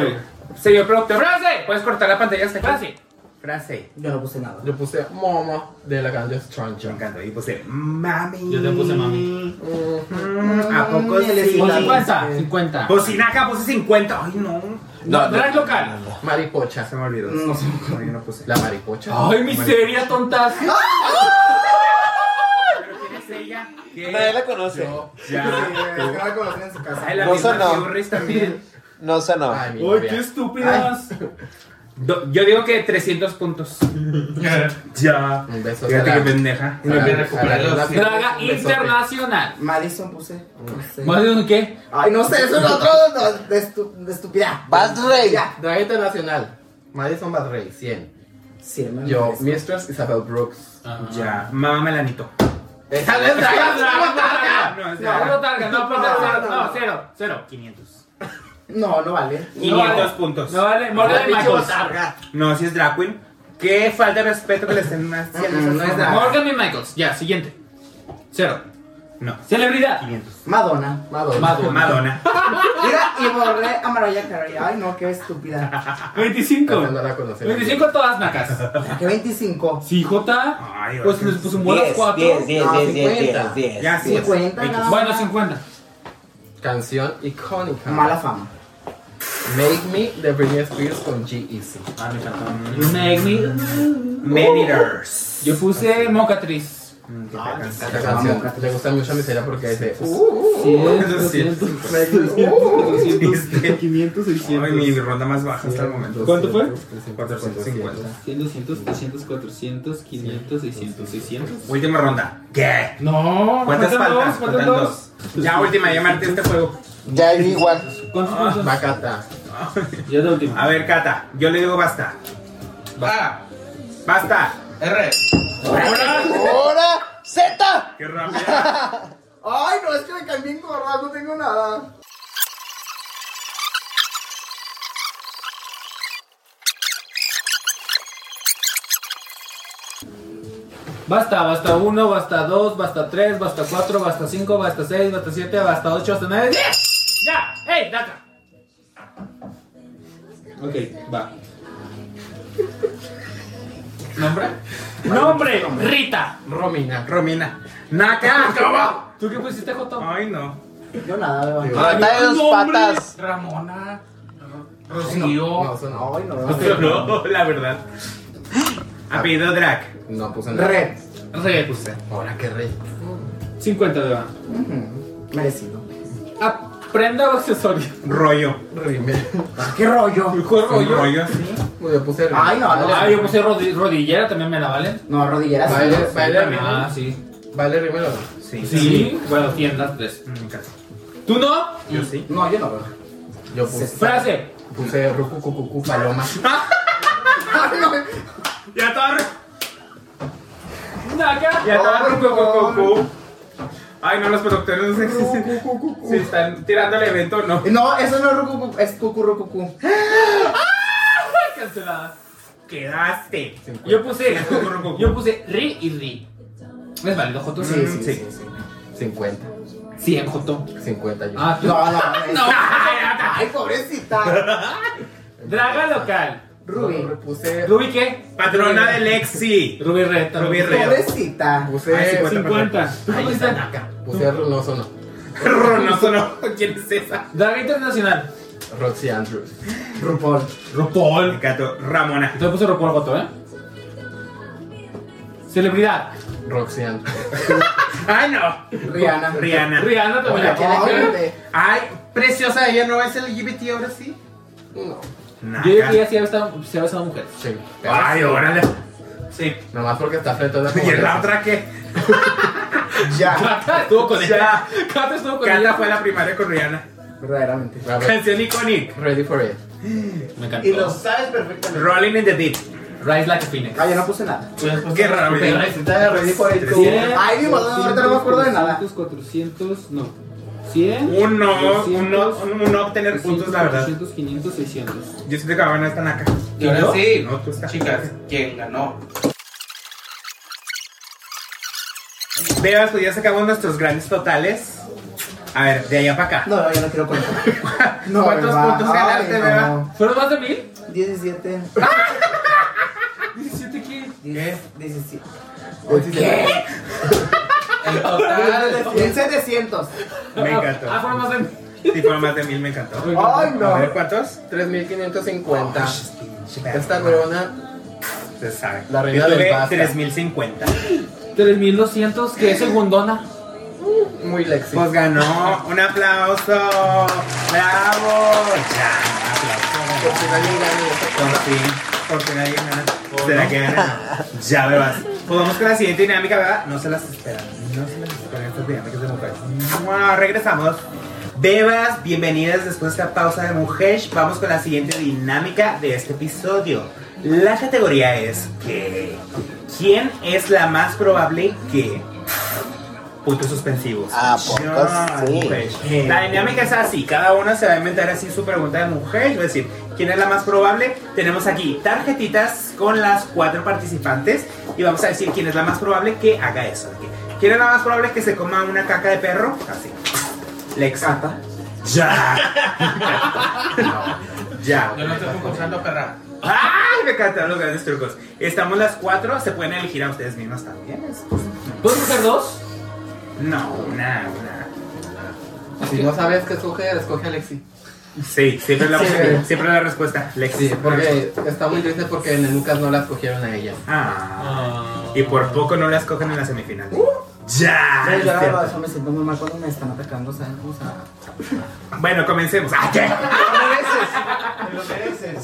A: Señor productor.
D: ¡Frase!
A: ¿Puedes cortar la pantalla hasta aquí?
D: Frase.
A: Frase.
C: Yo no puse nada.
B: Yo puse Momo de la canción
A: Me
B: Strange.
A: encanta. Y puse mami.
D: Yo te puse mami.
A: Mm, ¿A poco
C: Mm,
A: sí?
D: O
C: la-
D: 50. 50.
A: Bocinaca, puse 50. Ay, no.
D: No, drag local.
B: Maripocha.
A: Se me olvidó.
C: No sé.
A: No, yo no puse.
B: La maripocha.
D: Ay, miseria, tontas.
A: ¿Pero quién es ella? ¿Qué?
E: Nadie la conoce.
A: Ya.
C: Es que la conocí en su casa.
A: Ay, la
E: No
A: misma
E: sonó.
A: Churris también.
E: No, o sea, no.
B: Ay, mi novia.
A: estúpidas! yo digo que 300 puntos. ya.
B: Un beso a
A: Fíjate
B: la-
A: qué pendeja.
B: a la-
F: Me recuperé
B: a la-
F: los-
B: a la-
D: Draga
B: un besote.
D: internacional.
C: Madison puse. No sé.
D: ¿Más de un qué?
C: Ay, no sé, eso es otro no, de, estu- de estupidez.
E: Vas rey.
C: Ya.
B: Draga internacional. Madison Batrey, 100.
C: Sí, me
B: Yo,
C: merezco.
B: Mistress Isabel Brooks.
A: Ya. Mamá Melanito.
B: Esa es
D: Draga,
B: Draga.
D: draga, draga.
A: No, es
D: No, no, targa, no, pues,
C: No,
D: cero,
C: no,
D: no, cero, cero.
A: 500.
C: No, no vale.
A: 500
D: vale.
A: puntos.
D: No vale,
B: Ay,
D: Morgan
B: pinche
D: Michaels.
B: botarga.
A: No, si es Drag Queen. Qué falta de respeto que le estén haciendo.
C: Mm,
A: esas
C: no es
A: mamás.
C: drag.
D: Morgan y Michaels. Ya, siguiente. Cero.
A: No.
D: Celebridad.
A: 500.
C: Madonna.
B: Madonna.
A: Madonna.
C: Mira, y borré a Mariah Carey. Ay, no, qué estúpida.
D: 25.
B: Tratando de conocer.
D: 25 todas nacas.
C: ¿Qué 25?
D: Sí, Jota.
A: Ay,
D: Pues
A: ahora
D: les
A: sí.
D: puso un buen las 4.
E: 10, 10,
B: No,
E: 10, 10,
B: 50.
E: 10, 10.
A: Ya, sí.
C: 50 nada
D: Bueno,
C: más.
D: 50.
B: Canción icónica.
C: Mala fama.
B: Make Me de Britney Spears con G-Eazy.
D: Ah, me encantó. Make me.
A: Manilers.
D: Yo puse Mocatriz. Ah,
B: Esta canción le gusta mucho a mi señora porque dice. Uh,
D: 100,
A: Eso sí.
D: 200, 300, 500,
A: Ay, mi
D: 600.
A: ronda más baja hasta el momento.
D: ¿Cuánto fue?
A: 450.
D: 100, 200, 300, 400, 500, 600, 600.
A: Última ronda. ¿Qué?
D: No,
A: ¿Cuántas
D: faltan
A: faltan?
D: dos, faltan dos.
A: Ya, última, ya marqué este juego.
E: Ya es igual.
D: ¿Cuántos puntos?
B: Bacata.
D: Ya la última.
A: A ver, Cata, yo le digo basta. Ah,
F: Va.
A: ¡Basta!
F: R.
E: ¡Hora Z!
A: ¡Qué rápido!
C: Ay, no, es que me cambié en gorra, no tengo nada.
D: Basta, basta 1, basta 2, basta 3, basta 4, basta 5, basta 6, basta 7, basta 8, basta 9, 10. Ya, hey, daca. Ok, va.
F: Nombre.
D: Nombre, Rita.
B: Romina.
A: Romina. ¡Naka!
D: ¿Tú qué pusiste, Joto?
A: Ay, no.
C: Yo nada, bebé.
E: Batalla de dos
D: Nombre.
E: patas.
F: Ramona. Ro-
B: No,
F: Rocío.
B: eso no.
C: Ay, no.
A: No, la verdad. Apellido Drac.
B: No puse nada.
C: Red.
D: Reggae puse.
B: Ahora qué rey.
D: 50 de va.
C: Ujú, Merecido.
D: Aprenda o accesorio.
A: Rollo.
B: Rime.
C: ¿Qué rollo?
A: ¿Un rollo?
B: Yo puse rime.
C: Ay, no, no.
D: Ah, yo puse rodi- rodillera, también me la valen.
C: No, rodilleras.
B: Baile, baile
D: Ah,
B: rime.
D: sí.
B: Baile rime. no.
A: Sí.
D: Sí, bueno, tiendas tres.
A: Mm, casi.
D: ¿Tú no?
A: Yo sí.
C: No, yo no, bebé.
B: Yo puse.
D: Frase.
B: Puse rucucucucu paloma.
C: Ay, no.
A: Ya está.
D: Daca.
A: Ya está.
C: Ay,
A: Cu, cu, cu,
C: no.
A: cu. Ay, no, los productores no sé si se, si están tirando el evento o no.
C: No, eso no es rucucu, es cucurrucucú.
D: Cancelada.
A: Quedaste.
D: Yo puse,
A: Cincuenta.
D: yo puse ri y ri. ¿Es válido, Joto?
C: Sí,
A: Mm,
C: sí,
A: sí.
C: sí. sí.
B: 50.
D: 100, Joto.
B: 50 yo.
D: Ah, tú.
C: No, no, es-
D: No.
C: Ay, pobrecita.
D: Draga local.
C: Ruby.
B: Puse.
D: ¿Rubi qué?
A: Patrona de Lexi.
D: Rubi Reta.
A: Ruby Reta.
C: Pobrecita.
A: Ay,
B: Puse.
D: 50. ¿Tú qué pusiste?
B: Puse. No, eso no.
A: No, sonó. ¿Quién es esa?
D: Draga internacional.
B: Roxy Andrews.
C: RuPaul.
A: El
D: Ropol.
A: gato Ramona.
D: Entonces puse Ropol Joto, ¿eh? Celebridad.
B: Roxy Andrews.
A: Ay, no.
C: Rihanna.
A: Rihanna.
D: Rihanna también.
B: Hola, ¿quién
D: Ay,
B: es?
D: güey.
C: Ay,
A: Ay, preciosa, ella no es LGBT ahora sí.
B: No.
D: Yo diría que ella sí ha besado- se ha besado mujeres.
B: Sí.
A: Ay, órale. Sí.
B: Nomás porque está frente a la
A: ¿Y la
B: pobreza.
A: otra qué?
C: Ya.
D: Cata estuvo con ella.
A: Ya.
D: Cata estuvo con
A: Cata
D: ella.
A: fue a la primaria con Rihanna.
C: Verdaderamente.
B: A ver,
A: Canción icónica.
B: Ready for it.
D: Me
C: Y lo
D: encantó.
C: sabes perfectamente.
A: Rolling in the Deep.
D: Rise like a phoenix.
C: Ay, Ah, yo no puse nada.
A: Ah,
B: Pues
A: Qué raro.
D: Pero
A: ¿verdad?
D: es-
B: Está ready for it.
D: Cien,
C: Ay, mi madre, ahorita no me acuerdo de nada.
D: 200, 400, no. 100.
A: Uno,
D: 200,
A: uno, uno obtener
D: 300,
A: puntos, la verdad.
D: 400, 500, 600.
A: Yo siento que van a estar acá.
F: Y ahora sí,
A: No, tú estás.
F: chicas, ¿quién ganó?
A: Veas, pues ya sacamos nuestros grandes totales. A ver, de allá para acá.
C: No, no, yo no quiero contar. No,
A: ¿Cuántos
C: beba.
A: puntos ganaste,
C: Ay,
A: beba?
C: no.
D: ¿Fueron más de mil?
C: 17.
D: 17 que.
A: ¿Qué?
C: 17.
B: ¿Qué?
F: El total.
C: 1700.
A: Me encantó.
D: Ah, fueron más de mil.
A: Si fueron más de mil, me encantó.
C: Ay,
A: A ver,
C: no.
A: ¿cuántos?
B: 3550. Esta
A: Esta
B: corona.
A: Se sabe.
B: La reina
A: Yo
B: del
A: tuve
B: basta.
A: 3050.
D: 3200, que es segundona.
B: Muy lexi.
A: Pues ganó. Un aplauso. Bravo. Ya, aplauso.
B: Por si alguien gana esta
A: Por
B: corona.
A: fin, por fin alguien gana. ¿Será que gana? Ya me vas. Pues vamos con la siguiente dinámica, ¿verdad? No se las esperan. No se las esperan estas dinámicas de mujeres. Bueno, regresamos. Bebas, bienvenidas después de esta pausa de mujeres. Vamos con la siguiente dinámica de este episodio. La categoría es que... ¿Quién es la más probable que... Puntos suspensivos.
E: Ah, poco
A: Ya,
E: sí.
A: mujeres. La dinámica es así, cada una se va a inventar así su pregunta de mujer, es decir, ¿Quién es la más probable? Tenemos aquí tarjetitas con las cuatro participantes y vamos a decir quién es la más probable que haga eso. Aquí. ¿Quién es la más probable que se coma una caca de perro? Así. Lex.
C: Cata.
A: Ya.
B: Ya.
F: Yo no estoy concursando, perra.
A: ¡Ay! Me encantaron los grandes trucos. Estamos las cuatro, se pueden elegir a ustedes mismas también. es-
D: ¿Puedo buscar dos?
A: No, una, una.
B: Si no sabes qué escoger, escoge a Lexi.
A: Sí, siempre la,
B: Sí.
A: siempre la respuesta. Lex.
B: Sí, porque está muy triste porque en el Lucas no la escogieron a ella.
A: Ah. Y por poco no las cogen en la semifinal. ¡Ya!
C: Pero
A: es
C: yo la
A: cierto.
C: verdad, eso me siento muy mal cuando me están atacando, ¿saben? O sea,
A: Bueno, comencemos. ¡Ah, qué!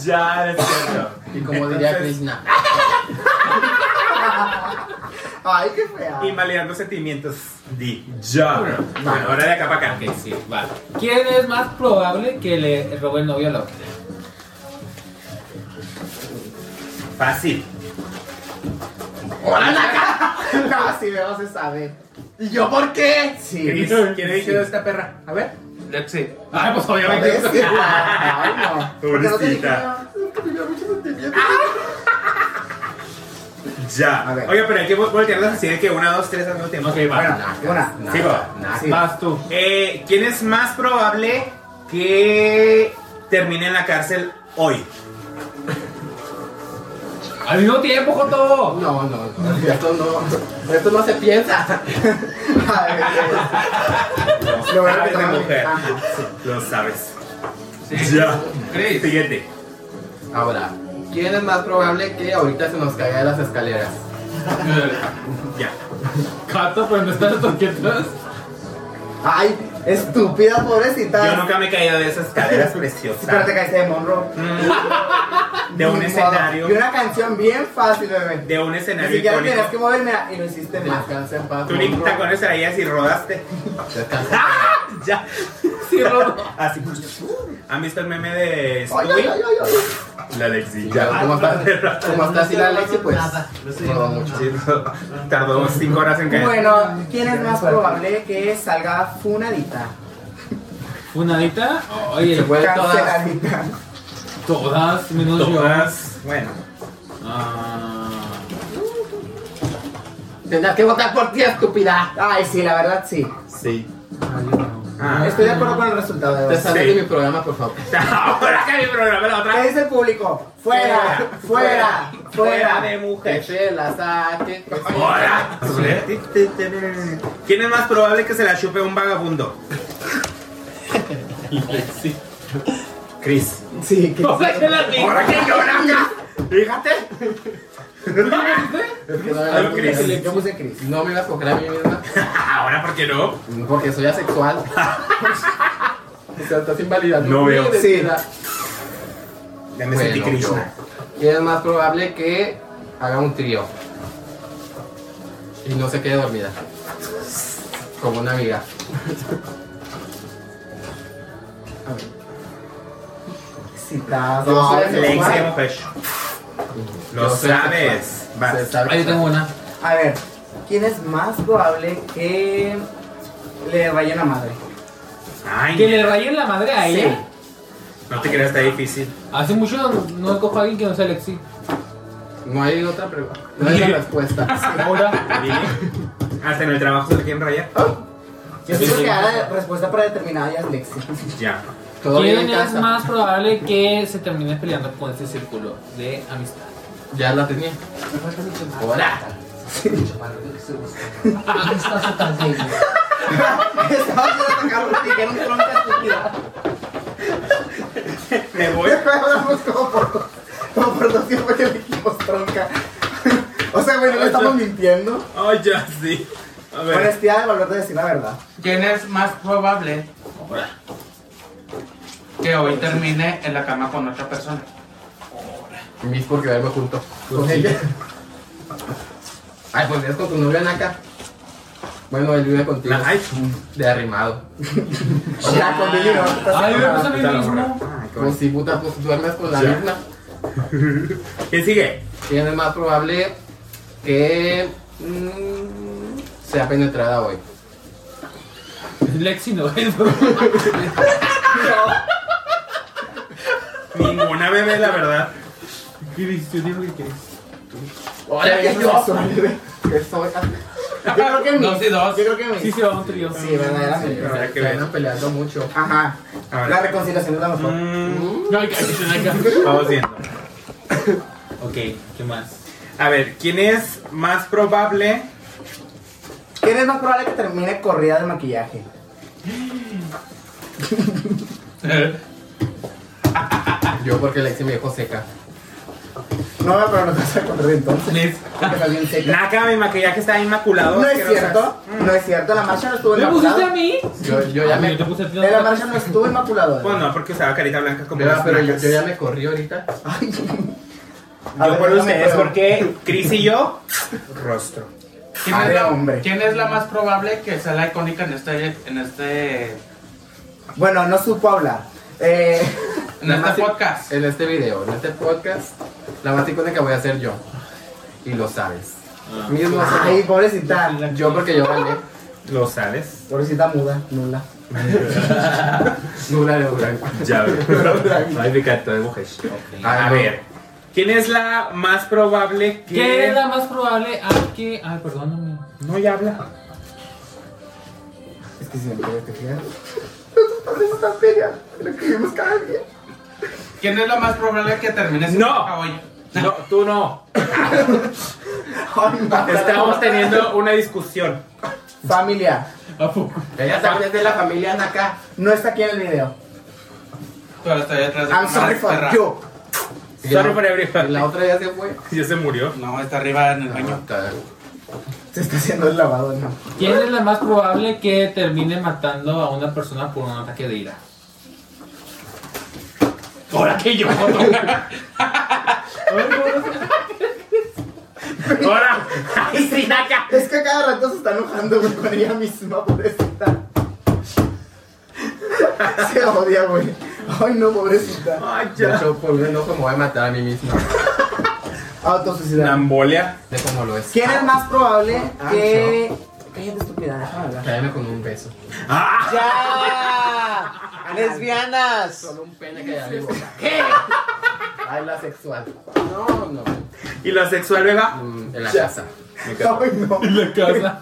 A: Ya, es cierto.
B: Y como diría
A: Entonces-
B: Krishna.
C: ay, qué fea.
A: Invalidando sentimientos. Di. Ya. Bueno, ahora de acá para acá.
D: Ok, sí, vale. ¿Quién es más probable que le robó el novio a la otra?
A: Fácil.
C: No, si veo, se sabe.
B: ¿Y yo por qué?
C: Sí.
A: Cris, ¿Quién eligió esta perra? A ver.
F: Lexi.
D: Ay, pues
C: ¿Ves? Ay, no. Porque no te dije
A: Pobrecita.
C: nada. Porque me dio mucho sentimiento.
A: Ya.
C: A ver.
A: Oye, pero hay que vol- voltearlas así de que una, dos, tres, al mismo tiempo.
D: Ok, va.
A: Bueno,
C: Nah, Una,
A: Sí, va.
C: nah, sí.
D: Vas tú.
A: eh, ¿quién es más probable que termine en la cárcel hoy?
D: Al mismo tiempo, Joto.
B: No, no, no. Esto no, esto no se piensa.
C: Ay, Dios. Lo voy a
A: Sabes de
C: tomar.
A: mujer.
C: Ajá, sí.
A: Lo sabes.
F: Sí.
A: Ya.
F: Chris.
A: Siguiente.
B: Ahora, ¿quién es más probable que ahorita se nos caiga de las escaleras?
A: Ya.
D: Joto, pero no están toquetas.
C: Ay, estúpida, pobrecita.
A: Yo nunca me he caído de esas caderas
C: Sí, pero te
A: preciosas.
C: caíste de Monroe.
A: Mm. De
C: Ni
A: un
C: modo.
A: escenario.
C: Y una canción bien fácil, bebé.
A: De un
C: Ni
A: escenario
C: siquiera tenías que
A: icónico.
C: moverme y lo hiciste mal.
B: Descansa en paz.
A: Tú ni
B: Monroe.
A: tacones traías y rodaste. ¡Ah!
B: Descansa.
A: Ya.
D: Sí, robó.
A: Así. ¿Han visto el meme de
C: Ay, ay, ay,
A: Stewie?
C: ay, ay. Ah,
A: La Lexi.
B: Ya, ¿cómo está? ¿Cómo está así la Lexi? Pues. no, mucho.
A: Sí, Tardó cinco horas en caer.
C: Bueno, ¿quién es más probable que salga funadita?
D: ¿Funadita? Oye,
B: Se puede todas.
C: Canceladita.
D: todas menos
A: Todas. Bueno.
D: yo. Ah.
B: Tendrás que votar por ti, estúpida.
C: Ay, sí, la verdad sí.
B: Sí.
A: Ah.
C: Estoy de acuerdo con el resultado de
B: Te
C: hoy.
B: sales de mi programa, por favor.
A: Ahora que mi programa la
C: ¿Qué
A: otra.
C: dice el público? Fuera, fuera,
A: Fuera
C: fuera.
A: de
B: Que
A: mujer.
B: se la saque. que se-
A: Ahora. ¿Quién es más probable que se la chupe un vagabundo? Chris.
C: Sí, que
D: O sea, que la
A: ¡Ahora que llora acá! Fíjate.
B: que no me
A: Algo
B: la-
A: que le-
C: sí. Yo puse Chris.
B: No me iba a escoger a mí misma
A: Ahora, ¿por qué no?
B: porque Pues soy asexual. o sea, estás invalidando.
A: No
B: mi
A: veo.
B: identidad.
A: Ya me
B: Bueno,
A: sentí Krishna.
B: yo- ¿Qué es más probable que haga un trío? Y no se quede dormida. Como una amiga.
C: Citas.
B: Yo soy
C: Ay,
A: Le
B: asexual.
A: hice mujer. Lo
B: Yo soy
A: sabes.
B: asexual.
A: Vas.
B: Se sabe
D: Ahí tengo una.
C: A ver, ¿quién es más probable que le rayen la madre?
A: Ay,
D: Que le rayen la madre a ella.
A: no te creas, está difícil.
D: Hace mucho no, no cojo a alguien que no sea Lexi.
B: No hay otra pregunta. No hay otra
D: Ah.
B: respuesta.
D: Ahora.
A: Dime. Hasta en el trabajo se le quieren rayar.
C: Yo siento que ahora la respuesta predeterminada ya es Lexi.
A: Ya.
B: Todo bien en
D: ¿Quién es
B: casa.
D: más probable que se termine peleando con este círculo de amistad?
B: Ya la tenía. Hola.
C: Estaba haciendo atacar un piquero, un tronca estúpida.
A: Me voy.
C: Hablamos como por, como por dos tiempos que dijimos tronca. O sea, güey, no le estamos mintiendo.
A: Oh, ya, sí. A ver.
C: Honestidad de valor de decir la verdad.
F: ¿Quién es más probable que hoy termine en la cama con otra persona?
B: Mis por quedarme junto.
C: Con ella.
B: Ay, pues vives con tu novio Naka. Bueno, él vive contigo.
A: Ay,
B: De arrimado.
C: O sea, conmigo no. estás
D: Ay, me
C: enamorada.
D: pasa a mí
A: puta la
D: mismo.
A: morra. Ay, qué
B: Pues
A: bueno.
B: si puta, pues duermes con la
A: Ya.
B: misma.
A: ¿Quién sigue?
B: ¿Quién es más probable que mm, sea penetrada hoy?
D: Lexi no es.
A: Ninguna bebé, la verdad.
F: ¿Qué dices? Yo digo que es.
B: Ahora que
C: yo
B: yo.
C: soy, güey. Que soy- Yo creo que mi.
F: Dos y dos.
C: Yo creo que mi.
D: Sí, se va un trío.
C: Sí, verdaderamente.
B: Se
A: habrá que ver.
B: andan peleando mucho.
C: Ajá.
A: A ver.
C: La reconciliación es la mejor.
A: Mm,
D: No hay que hay que-
A: vamos viendo.
D: Ok, ¿qué más?
A: A ver, ¿quién es más probable?
C: ¿Quién es más probable que termine corrida de maquillaje?
B: Yo porque Lexi me dejó seca.
C: No, pero no te vas a correr entonces.
A: Liz.
C: Porque estás bien seca.
A: Naca, mi maquillaje está inmaculado. Mm.
C: No es
A: asquerosa.
C: cierto. No es cierto. La marcha no estuvo
D: ¿Me pusiste a
C: inmaculada.
D: mí?
B: Yo, yo
A: Ah,
B: ya me.
D: Yo te puse a ti.
C: Eh, La marcha no estuvo inmaculada.
A: Pues no, porque estaba carita blanca como
B: Pero,
A: las
B: pero yo,
A: nacas.
B: yo ya me corrí ahorita.
C: A
A: Yo
C: ver,
A: por
C: déjame
A: ustedes,
C: pruebo.
A: porque Chris y yo, rostro.
F: ¿Quién,
C: A
F: es
C: ver,
F: la,
C: hombre.
F: ¿Quién es la más probable que sea la icónica en este, en este,
C: Bueno, no supo hablar. Eh,
F: en este podcast?
B: En este video, en este podcast, la más icónica voy a hacer yo. Y lo sabes. Mismo
C: ay, pobrecita.
B: Yo porque yo bailé.
A: ¿Lo sabes?
C: Pobrecita muda, nula.
B: Nula de Durán.
A: Ya veo. Ay, me encantó de mujer. A ver, ¿quién es la más probable que.
D: ¿Qué es la más probable a que. Ay, perdóname.
A: No, ya habla.
C: Es que siempre te fijas. Nosotros también estamos feria. Lo que vivimos cada día.
F: ¿Quién es la más probable que termine siendo
A: No.
F: caballo?
A: No, tú no.
C: Ay, no.
A: Estamos teniendo una discusión.
C: Familia.
D: ¿A poco?
B: Ella también es de la familia Naka.
C: No está aquí en el video.
F: Pero estoy detrás de
C: I'm sorry
F: Está
C: for
F: ra-
C: you.
A: Sorry for
B: Y la
A: everybody.
B: otra ya se fue.
A: Ya se murió.
F: No, está arriba en el baño.
C: Se está haciendo el lavado, no.
D: ¿Quién es la más probable que termine matando a una persona por un ataque de ira?
A: Ahora que yo. Ahora. Ay, sí, Naka.
C: Es que cada rato se está enojando, güey, con ella misma, pobrecita. Se odia, güey. Ay, no, pobrecita.
A: Ay,
B: De
A: ya.
B: hecho, por un enojo me voy a matar a mí misma.
C: Autosuicidar.
A: Nambolia.
B: De cómo lo es.
C: ¿Quién es más probable
B: Ah,
C: que. Cállate, estúpida, déjame hablar.
B: Cállame con un beso.
E: ¡Ya! ¡Lesbianas!
B: Con un pene que ya vivo. ¿Qué? Habla sexual. No, no.
A: ¿Y la sexual, Vega?
B: Mm, En la casa.
C: Ay, no.
D: La casa.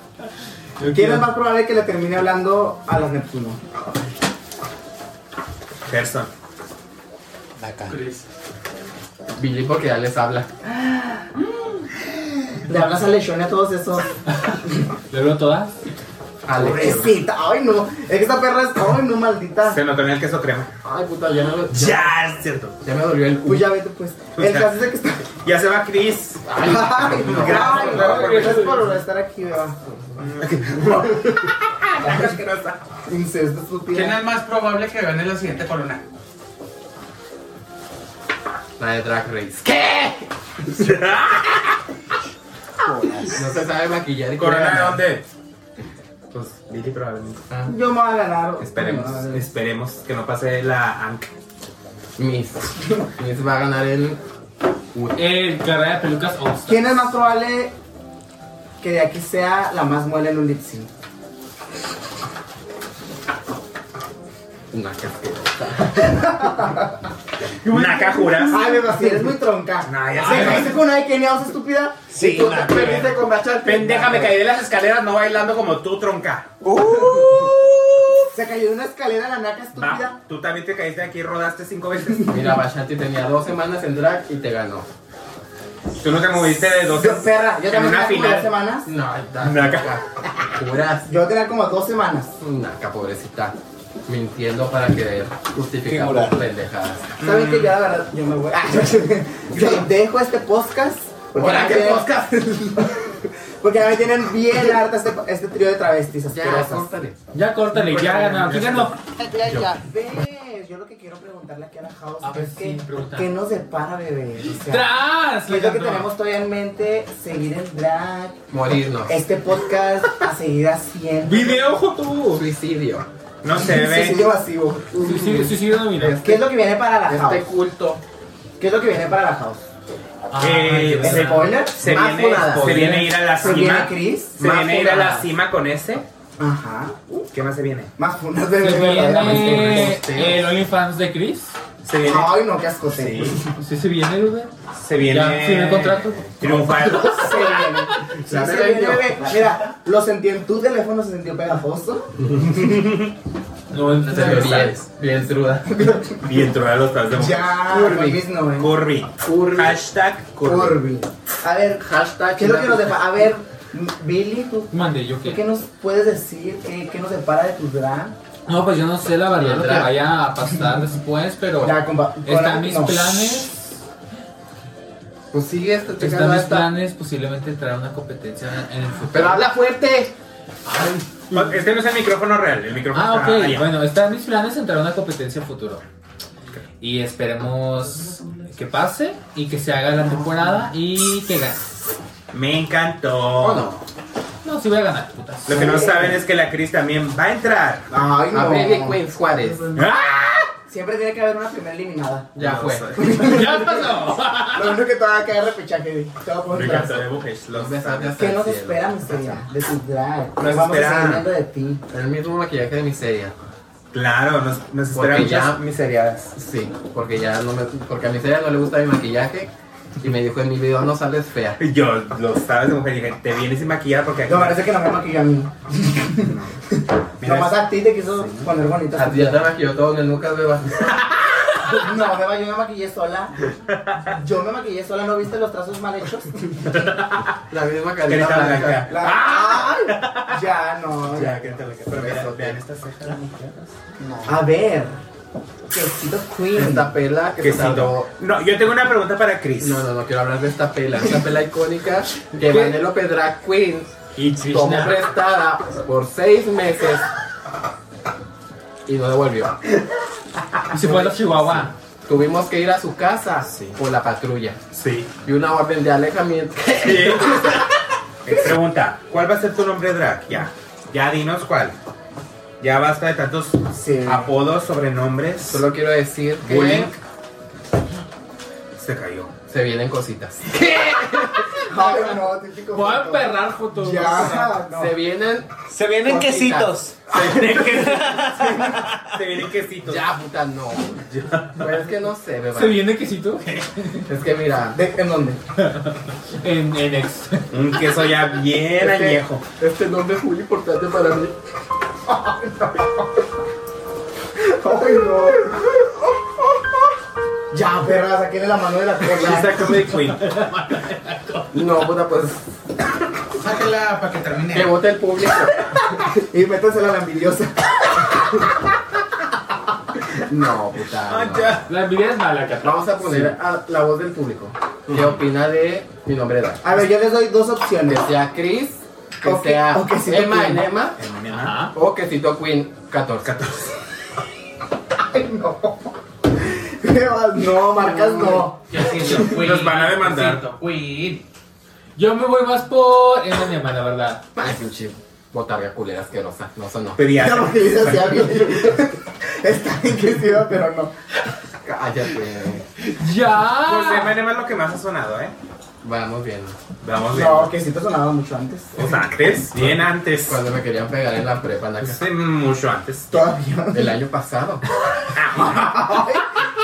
C: ¿Quién es más probable que le termine hablando a las Neptuno?
A: Gerson.
E: Acá.
F: Chris.
B: Billy porque ya les habla.
C: Le hablas a Lechón a todos esos.
D: ¿Le hablo a todas?
B: Alex.
C: Pobrecita, ay no. Es que esta perra es. Ay no, maldita.
A: Se notó en el queso crema.
B: Ay, puta, ya me, do-
A: Ya, es cierto.
B: ya me dolió el
C: Pues
B: culo.
C: ya vete, pues.
A: Pues
C: El
A: ya.
C: caso es de que está.
A: Ya se va Chris.
C: Ay,
B: no.
C: gracias,
A: No,
C: gracias por estar aquí, beba. Incesto,
F: ¿Quién
C: estúpida.
F: es más probable que gane la siguiente corona?
B: La de Drag Race. ¿Qué? no se sabe maquillar. y
A: ¿Corona
B: quiere
A: de
B: ganar.
A: dónde? Pues Billy probablemente.
B: Ah,
C: Yo me voy a ganar.
A: Esperemos, esperemos que no pase la anca.
B: Miss. Miss va a ganar el.
D: Eh, carrera de pelucas All Stars.
C: ¿Quién es más probable que de aquí sea la más muela en un lip sync?
B: Una casquera.
A: Naca juras.
C: Ay, beba, si eres muy tronca.
A: No, ya
C: ¿Se
A: sé.
C: caíste con una Kenia, osa estúpida?
E: Sí,
C: Y tú
E: la
C: te perdiste con Bachar.
A: Pendeja, me caí de las escaleras no bailando como tú, tronca.
C: Se cayó de una escalera la naca
A: Va,
C: estúpida.
A: tú también te caíste aquí y rodaste cinco veces.
B: Mira, Bashati tenía dos semanas en drag y te ganó.
A: Tú no te moviste de dos.
C: Yo, perra, yo
A: en
C: también
A: una
C: tenía como dos
A: final.
C: semanas.
B: No, está.
A: Naca.
B: Juras.
C: Yo tenía como dos semanas.
B: Naca, pobrecita. Mintiendo para querer justificar
E: Figura.
B: tus pendejadas.
C: ¿Saben
A: Mm.
C: que ya la verdad? Yo me voy. Ah, yo dejo este podcast.
B: Hola,
C: ya me
B: ¿qué
C: tienen-
B: podcast?
C: Porque ya me tienen bien harta este, este trío de travestis
B: Ya,
C: asquerosas.
B: córtale.
D: Ya córtale,
A: Pues,
D: ya ganaron. ¿Quién ganó?
C: ¿Ves? Yo lo que quiero preguntarle aquí a la House
D: A ver,
C: es
D: sí,
C: que,
D: pregunta.
C: ¿qué nos depara, bebé? O sea, ¿qué
D: ¡Tras!
C: es lo Pues que
D: Le ganó.
C: tenemos todavía en mente? Seguir en drag,
B: Morirnos.
C: este podcast a seguir haciendo.
A: ¡Video, ojo tú!
B: Suicidio.
A: No se
C: Suicidio
A: ve.
C: vacío.
D: Suicidio, suicidio dominado.
C: ¿Qué es lo que viene para la
B: Este
C: House?
B: culto.
C: ¿Qué es lo que viene para la House?
D: Ah,
A: Eh,
D: Ay,
A: se-
C: ¿Spoiler?
A: Se
C: Más
A: viene,
C: funadas.
A: se viene ir a la
C: ¿Se viene
A: cima.
C: Chris?
A: Se
C: Más
A: viene ir a la
C: funadas.
A: cima con ese.
C: Ajá.
A: ¿Qué más se viene?
C: Más funas
D: Se
C: de
D: viene
C: eh, verdaderamente. eh,
B: Verdaderamente.
D: el OnlyFans de Chris.
A: Se viene.
C: Ay, no, qué asco. te-
A: Sí.
D: ¿Sí se viene, güey?
A: Se viene.
D: Ya, sí, me contrato.
A: Triunfal.
C: Se viene.
B: La
C: Se
B: verdad,
C: viene,
B: yo-
C: bebé. Mira, lo sentí en tu teléfono, se sintió pegajoso.
D: No, en
B: Se ve bien, bien cruda.
A: Y entró a los padres de mujer.
C: Ya,
B: Curvy.
C: con mis no, eh.
A: Curry.
C: Curry.
A: Hashtag curry.
C: Curvy. A ver,
B: Hashtag.
C: ¿qué es lo que nos depara? A ver, Billy, ¿tú,
D: Mande, ¿yo
C: tú
D: qué?
C: qué nos puedes decir? Eh, ¿Qué, qué nos depara de tu drag?
D: No, pues yo no sé la verdad lo que
B: Entra.
D: vaya a pasar después, pero
C: Ya, compa.
D: están mis
C: no.
D: planes.
B: Pues sigue esta
D: Están
B: checando
D: mis
B: esta.
D: planes posiblemente traer una competencia en el futuro.
B: Pero habla fuerte.
A: Este no es el micrófono real. El micrófono
D: Ah,
A: está
D: ok.
A: allá.
D: Bueno, están mis planes entrar a una competencia futuro. Y esperemos que pase y que se haga la temporada y que gane.
A: Me encantó.
B: ¿O Oh, no?
D: No, sí voy a ganar, putas.
A: Lo que no saben es que la Cris también va a entrar.
C: Ay,
B: A Baby
C: no.
B: Queen Juárez.
A: ¡Ah!
C: Siempre tiene que haber una primera eliminada.
B: Ya
A: No
B: fue.
A: sé.
D: ¡Ya pasó!
C: Ah, Lo único que te va a caer repechaje. Te va a
A: Me
C: poner
A: encantó
C: atrás.
A: de mujeres, los
B: Me
A: sabe.
B: sabe.
C: ¿Qué nos
B: Gracias.
C: espera, miseria? De tu drag.
A: Nos
C: vamos a
A: espera.
C: seguir viendo de ti.
B: El mismo maquillaje de miseria.
A: Claro, nos, nos
B: Porque
A: esperan
B: ya-
A: muchas miseriadas.
B: Sí, porque ya no me. Porque a miseria no le gusta mi maquillaje. Y me dijo en mi video, no sales fea.
A: Yo, lo sabes de mujer, dije, te vienes sin maquillar porque aquí...
C: No, parece que no me maquilló a mí.
A: Mira,
C: Nomás a ti te quiso poner bonita.
B: A ti ya te maquilló todo en el Lucas, beba.
C: No, beba, yo me maquillé sola. Yo me maquillé sola, ¿no viste los trazos mal hechos?
B: La misma carita
A: Querida
B: blanca.
A: Blanca. Ah,
C: La- Ay, ya no.
A: Ya,
C: ya.
A: que te lo que- Pero vean, vean estas cejas.
C: A ver. Quesito Queen.
B: Esta pela que se tardó.
A: Quesito. No, yo tengo una pregunta para Chris.
B: No, no, no quiero hablar de esta pela. Esta pela icónica que Vanellope Drag Queen
A: Y
B: tomó
A: Krishna.
B: prestada por seis meses y no devolvió.
D: Y se fue a la Chihuahua.
B: Tuvimos que ir a su casa por la patrulla
A: Sí.
B: y una orden de alejamiento.
A: Eh, Pregunta, ¿cuál va a ser tu nombre drag? Ya, ya dinos cuál. Ya basta de tantos
C: Sí.
A: apodos, sobrenombres.
B: Ah, Solo quiero decir que
A: Bullying. Se cayó.
B: se vienen cositas.
C: Ay, no, típico.
D: Voy a
C: foto.
D: emperrar junto.
C: Ya, no.
B: Se vienen.
E: Se vienen
B: Cositas.
E: quesitos.
A: Se vienen quesitos.
B: Ya, puta, no. Pero es que no sé, beba.
D: ¿Se viene quesito?
B: Es que mira.
C: ¿De- ¿En dónde?
D: En, en ex.
A: Un queso ya bien
B: es que
A: añejo.
B: Este nombre es muy importante para mí.
C: Ay, no. Ya, perra, saquéle la mano de la
A: She's
C: cola.
A: a comedy queen.
B: No, puta, pues
F: Sácala para que termine.
B: que vote el público.
C: Y métasela a la envidiosa.
B: No,
F: Ah,
B: puta. no.
D: La envidia es mala, Cata.
B: Vamos a poner a la voz del público. ¿Qué opina de mi nombre era?
C: A ver, yo les doy dos
B: Que
C: opciones.
B: sea Chris, que
C: O que-
B: sea
C: o que sí te
B: Emma
C: cuida.
B: en Emma,
D: Ajá.
B: o que Tito Queen 14.
C: Ay, no. Bebas, no, marcas no.
F: Yo siento Queen.
A: Nos van a demandar.
F: Yo siento Queen.
D: Yo me voy más por en Emma, la verdad.
B: Ay, pinche botarga culera asquerosa. No, eso no.
A: Pero ya.
C: Ya porque dice así a mí. Está inclusiva, pero no.
B: Cállate.
A: Pues de
D: ¡Ya!
A: Eminem es lo que más ha sonado, ¿eh?
B: Vamos bien.
A: Vamos bien.
C: No, que sí te sonaba mucho antes.
A: O sea, antes, bien antes.
B: Cuando me querían pegar en la prepa, en la casa.
A: Sí, mucho antes.
C: Todavía.
B: El año pasado.
C: Ay,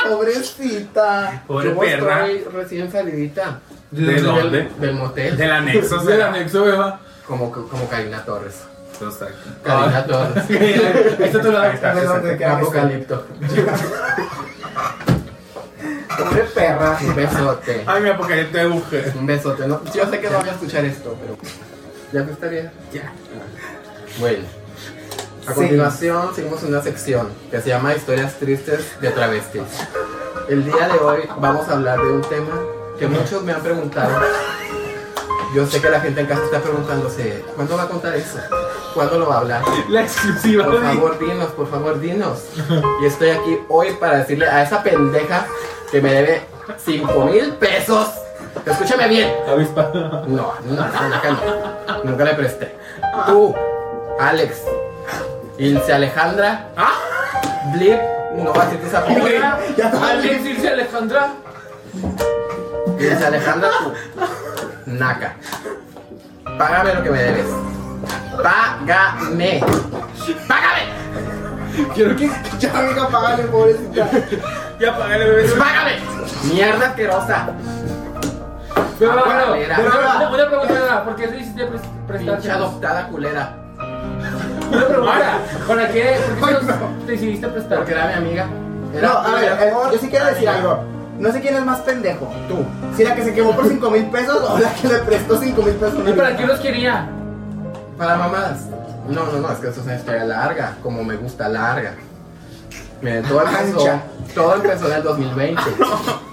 C: pobrecita.
A: Pobre
B: Yo
A: perra.
B: estoy recién salidita.
A: ¿De dónde?
B: Del, del motel.
A: Del anexo,
D: Del
A: será.
D: anexo, beba.
B: Como, como Karina Torres.
A: O sea,
B: Karina Torres.
D: Ahí está tu
A: ahí
D: lado.
A: está,
C: Perdón,
A: se
C: te quedas.
B: Apocalipto.
C: Pobre perra.
B: Un besote.
A: Ay, mi apocalipto de mujer.
B: Un besote, ¿no? Yo sé que no voy a escuchar esto, pero. ¿Ya te está bien?
A: Ya.
B: Bueno. A
C: Sí.
B: continuación, seguimos en una sección que se llama Historias Tristes de Travestis. El día de hoy vamos a hablar de un tema que muchos me han preguntado. Yo sé que la gente en casa está preguntándose: ¿cuándo va a contar eso? ¿Cuándo lo va a hablar?
D: La exclusiva.
B: Por favor, dinos, por favor, dinos. Y estoy aquí hoy para decirle a esa pendeja que me debe 5 mil pesos. Escúchame bien.
D: Avispa.
B: No, no, no, nunca, no. Nunca le presté. Tú, Alex, Ilse Alejandra, Blip, no va a decir tus apellidos.
C: Ya te
D: ¿Alguien irse Alejandra?
B: Ilse Alejandra, tú, Naca. Págame lo que me debes. Págame. Págame.
A: Quiero que.
C: Ya, venga, págale, pobrecita.
A: Ya págale, bebé.
B: ¡Págame! ¡Mierda asquerosa!
D: Pero
B: Ah,
D: bueno,
B: bueno,
D: pero
C: mira.
D: una, una pregunta, nada, ¿por qué decidiste pre prestar
B: Pinche
D: chavos?
B: adoptada culera.
D: Una pregunta, ¿para qué? ¿Por qué
C: Ay, no.
D: decidiste prestar?
B: Porque era mi amiga. Era
C: No, a
B: tuya.
C: ver, eh, yo sí quiero decir algo. No sé quién es más pendejo.
B: Tú.
C: Si la que se quemó por 5 mil pesos o la que le prestó 5 mil pesos. a una
D: ¿Y para
C: vieja.
D: qué los quería?
B: Para mamadas. No, no, no, es que eso es una historia larga, como me gusta larga. Miren, todo empezó,
C: Ancha.
B: todo empezó en el 2020.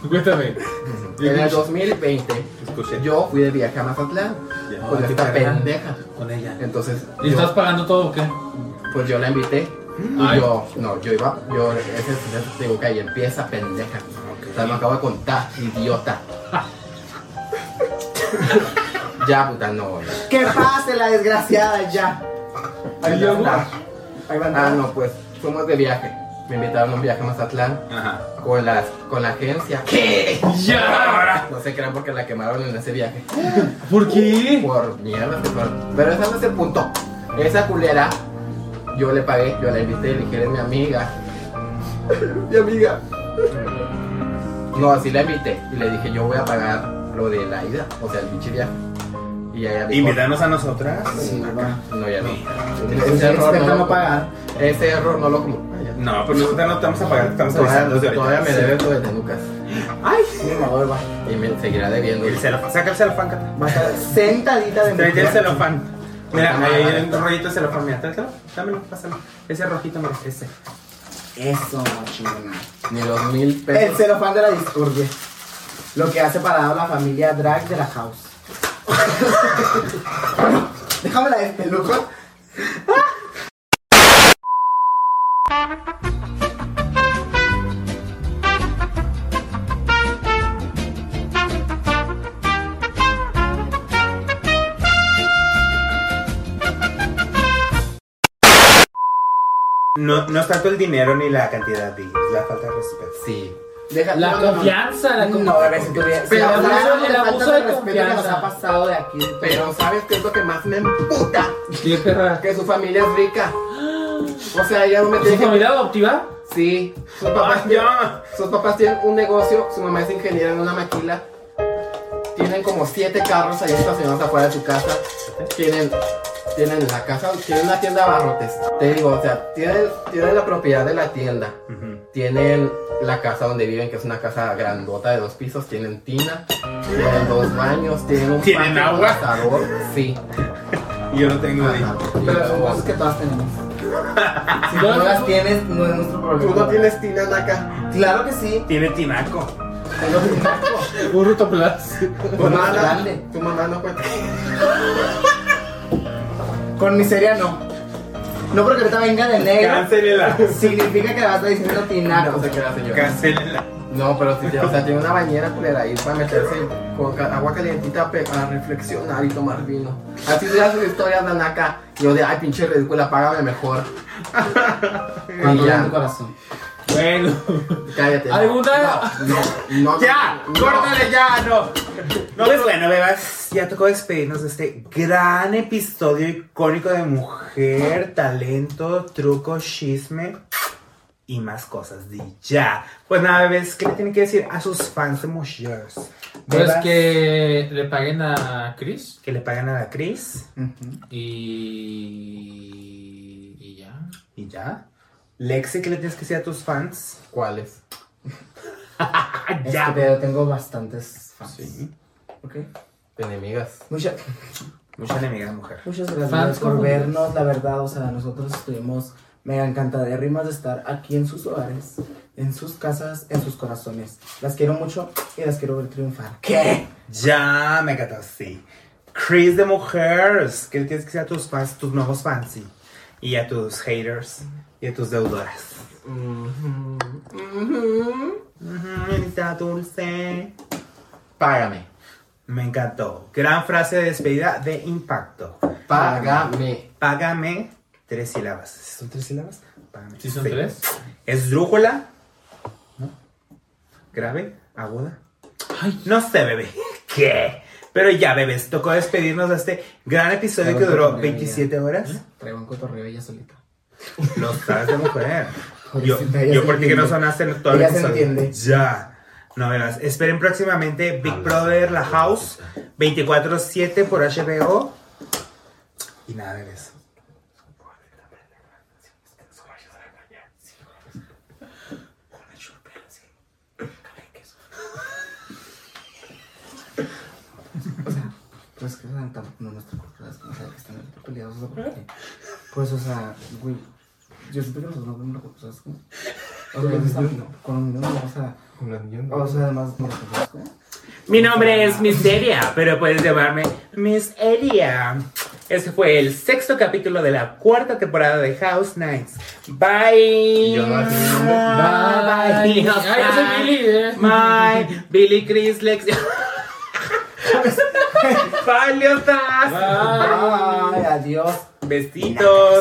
A: Cuéntame.
B: En el 2020
A: Escuché.
B: yo fui de viaje a Mazatlán
A: Ya.
B: con
A: Ah,
B: esta
A: qué cagada.
B: pendeja.
A: Con ella.
B: Entonces,
F: ¿Y
B: yo-
F: estás pagando todo o qué?
B: pues yo la invité. Y
F: Ay.
B: yo, no, yo iba, yo, ese, ese- te digo que ahí empieza pendeja. O sea, me acabo de contar, idiota. ya, puta, no. ya.
C: Que pase la desgraciada ya. Ahí va a andar. Ahí va a andar.
B: Ah, no, pues fuimos de viaje. Me invitaron a un viaje a Mazatlán.
A: Ajá.
B: con la, con la agencia. ¿Qué?
A: ¡Ya!
B: No se crean porque la quemaron en ese viaje.
A: ¿Por qué?
B: Por mierda se fueron. Pero ese no es el punto. Esa culera, yo le pagué, yo la invité, le dije, eres mi amiga. mi amiga. No, así la invité. Y le dije, yo voy a pagar lo de la ida, o sea, el pinche viaje. Y ella dijo,
A: Invítanos a nosotras.
C: Sí, va.
B: no, ya no.
C: Entonces,
B: Ese error no,
C: experta no
B: lo- Ah,
C: pagar.
B: Ese error no lo como.
A: No, pero nosotras no te vamos a pagar, te estamos avisando desde
B: Todavía, todavía
A: ahorita.
B: me debes lo de Tenucas.
C: Mi madre va.
B: Y me seguirá debiendo.
A: El celofán, saca el celofán, Cata.
C: Va a estar sentadita de
A: Trae el
C: mujer.
A: celofán. Mira, ahí hay un rollito de celofán, mira, tráetelo, dámelo, pásalo. Ese rojito, mira, ese.
C: Eso, chingona.
B: Ni los mil
C: El
B: pesos.
C: celofán de la discordia. Lo que ha separado a la familia drag de la house. Déjame la despeluco.
A: No, no es tanto el dinero ni la cantidad de ellos, la falta de respeto.
B: Sí.
C: Deja-
D: La
C: no, no, no.
D: confianza, la
C: No,
D: confianza.
C: bebé, si tuviera.
B: Pero
C: si
B: el
C: habláramos
D: abuso- el
C: falta
D: abuso de
C: respeto que nos
D: confianza.
C: ha pasado de aquí.
B: Pero ¿sabes qué es lo que más me emputa?
D: ¿Qué perra?
B: Que su familia es rica. O sea, ella no me
D: ¿Su Ah,
B: tiene que...
D: familia adoptiva?
B: Sí. Sus papás,
A: ya!
B: sus papás tienen un negocio, su mamá es ingeniera en una maquila. Tienen como siete carros ahí estacionados afuera de su casa. Tienen... Tienen la casa, tienen una tienda de abarrotes. Te digo, o sea, tienen, tienen la propiedad de la tienda.
A: Ujú.
B: Tienen la casa donde viven, que es una casa grandota de dos pisos. Tienen tina, tienen dos baños, tienen un
A: ¿Tienen
B: patio
A: agua?
B: con asador. Sí.
A: Yo no tengo de
B: Ajá. Y
C: Pero son
B: luego,
C: cosas que todas tenemos. Si
D: Yo
C: tú no
D: no-
C: las tienes, no es nuestro
B: Tú
C: problema.
B: no tienes tina, Naka.
C: Claro que sí.
A: Tiene tinaco.
C: Tengo mi marco.
D: Un ruto plus.
B: Tu
C: Pues
B: mamá,
C: más grande.
B: tu mamá no cuenta.
C: Con miseria no. No porque ahorita venga de negro.
A: Cancelela.
C: Significa que le vas a estar diciendo tinaco.
B: No se queda, señora.
A: Cancelela.
B: No, pero sí, o sea, tiene una bañera culera ahí para meterse con ca- agua calientita pe- a reflexionar y tomar vino. Así se sus historias de Naka. Yo de, ay, pinche ridícula, págame mejor.
C: Cuando
B: Y
C: ya.
B: ya.
C: tu corazón.
A: Bueno.
B: Cállate.
D: ¿Alguna-
B: No, no, no,
A: ¡Ya!
B: no.
A: ¡Córtale ya! ¡No! no pues bueno, bebas, ya tocó despedirnos de este gran episodio icónico de mujer, talento, truco, chisme y más cosas de ya. Pues nada, bebés, ¿qué le tienen que decir a sus fans de mujeres?
D: Pues
A: Bebas,
D: que le paguen a Chris
A: que le paguen a la Cris
D: y. y ya.
A: y ya. Lexi, ¿qué le tienes que decir a tus fans?
B: ¿Cuáles?
A: Ah,
C: Es que,
A: ya.
C: pero tengo bastantes fans.
A: Sí.
C: Ok.
B: Enemigas.
C: Muchas,
A: Mucha enemiga de mujer.
C: muchas gracias
D: Fans
C: por
D: como-
C: vernos, la verdad, o sea, nosotros estuvimos mega encantadérrimas de estar aquí en sus hogares, en sus casas, en sus corazones. Las quiero mucho y las quiero ver triunfar. ¿Qué?
A: Ya, me encanta, sí. Chris de Mujeres, ¿qué le tienes que decir a tus fans, tus nuevos fans, sí? Y a tus haters, y a tus deudoras. Ujú, Está dulce.
B: Págame.
A: Me encantó. Gran frase de despedida de impacto.
B: Págame.
A: Págame tres sílabas. ¿Son tres sílabas? Págame.
D: Si son tres.
A: Es drújula. ¿No? Grave, aguda. Ay, no sé, bebé. ¿Qué? Pero ya, bebés, tocó despedirnos de este gran episodio
C: Claro,
A: que duró
C: porque, ¿Eh? mira,
A: 27 horas.
C: Traigo un cotorreo ella solita.
A: Los trajes de mujer. Yo,
C: Pobrecita, ella
A: yo
C: se
A: porque que no
C: entiende.
A: sonaste todo el
C: Ella se
A: episodio.
C: entiende.
A: Ya. No, verás. Esperen próximamente Big Brother, La House, 24-7 por HBO. Y nada de eso.
C: Pues que no, tam- no nuestra cultura es como sea, que están peleados, o sea, porque, pues, o sea, güey, yo siempre que nosotros no vemos la cultura, ¿sabes cómo? O sea,
B: los
C: está-
B: niños
C: no, con los niños, o sea,
B: Con las niñas, ¿no?
C: o sea, además, no ¿sabes cómo?
A: Mi nombre es Miss Delia, pero puedes llamarme Miss Elia. Ese fue el sexto capítulo de la cuarta temporada de House Nights. Bye.
B: Y yo no así, mi nombre.
A: Bye.
D: Ay, yo soy Billy, eh.
A: Bye. Billy Chris Lex. Bye, Leotas.
C: Ay, adiós.
A: Besitos.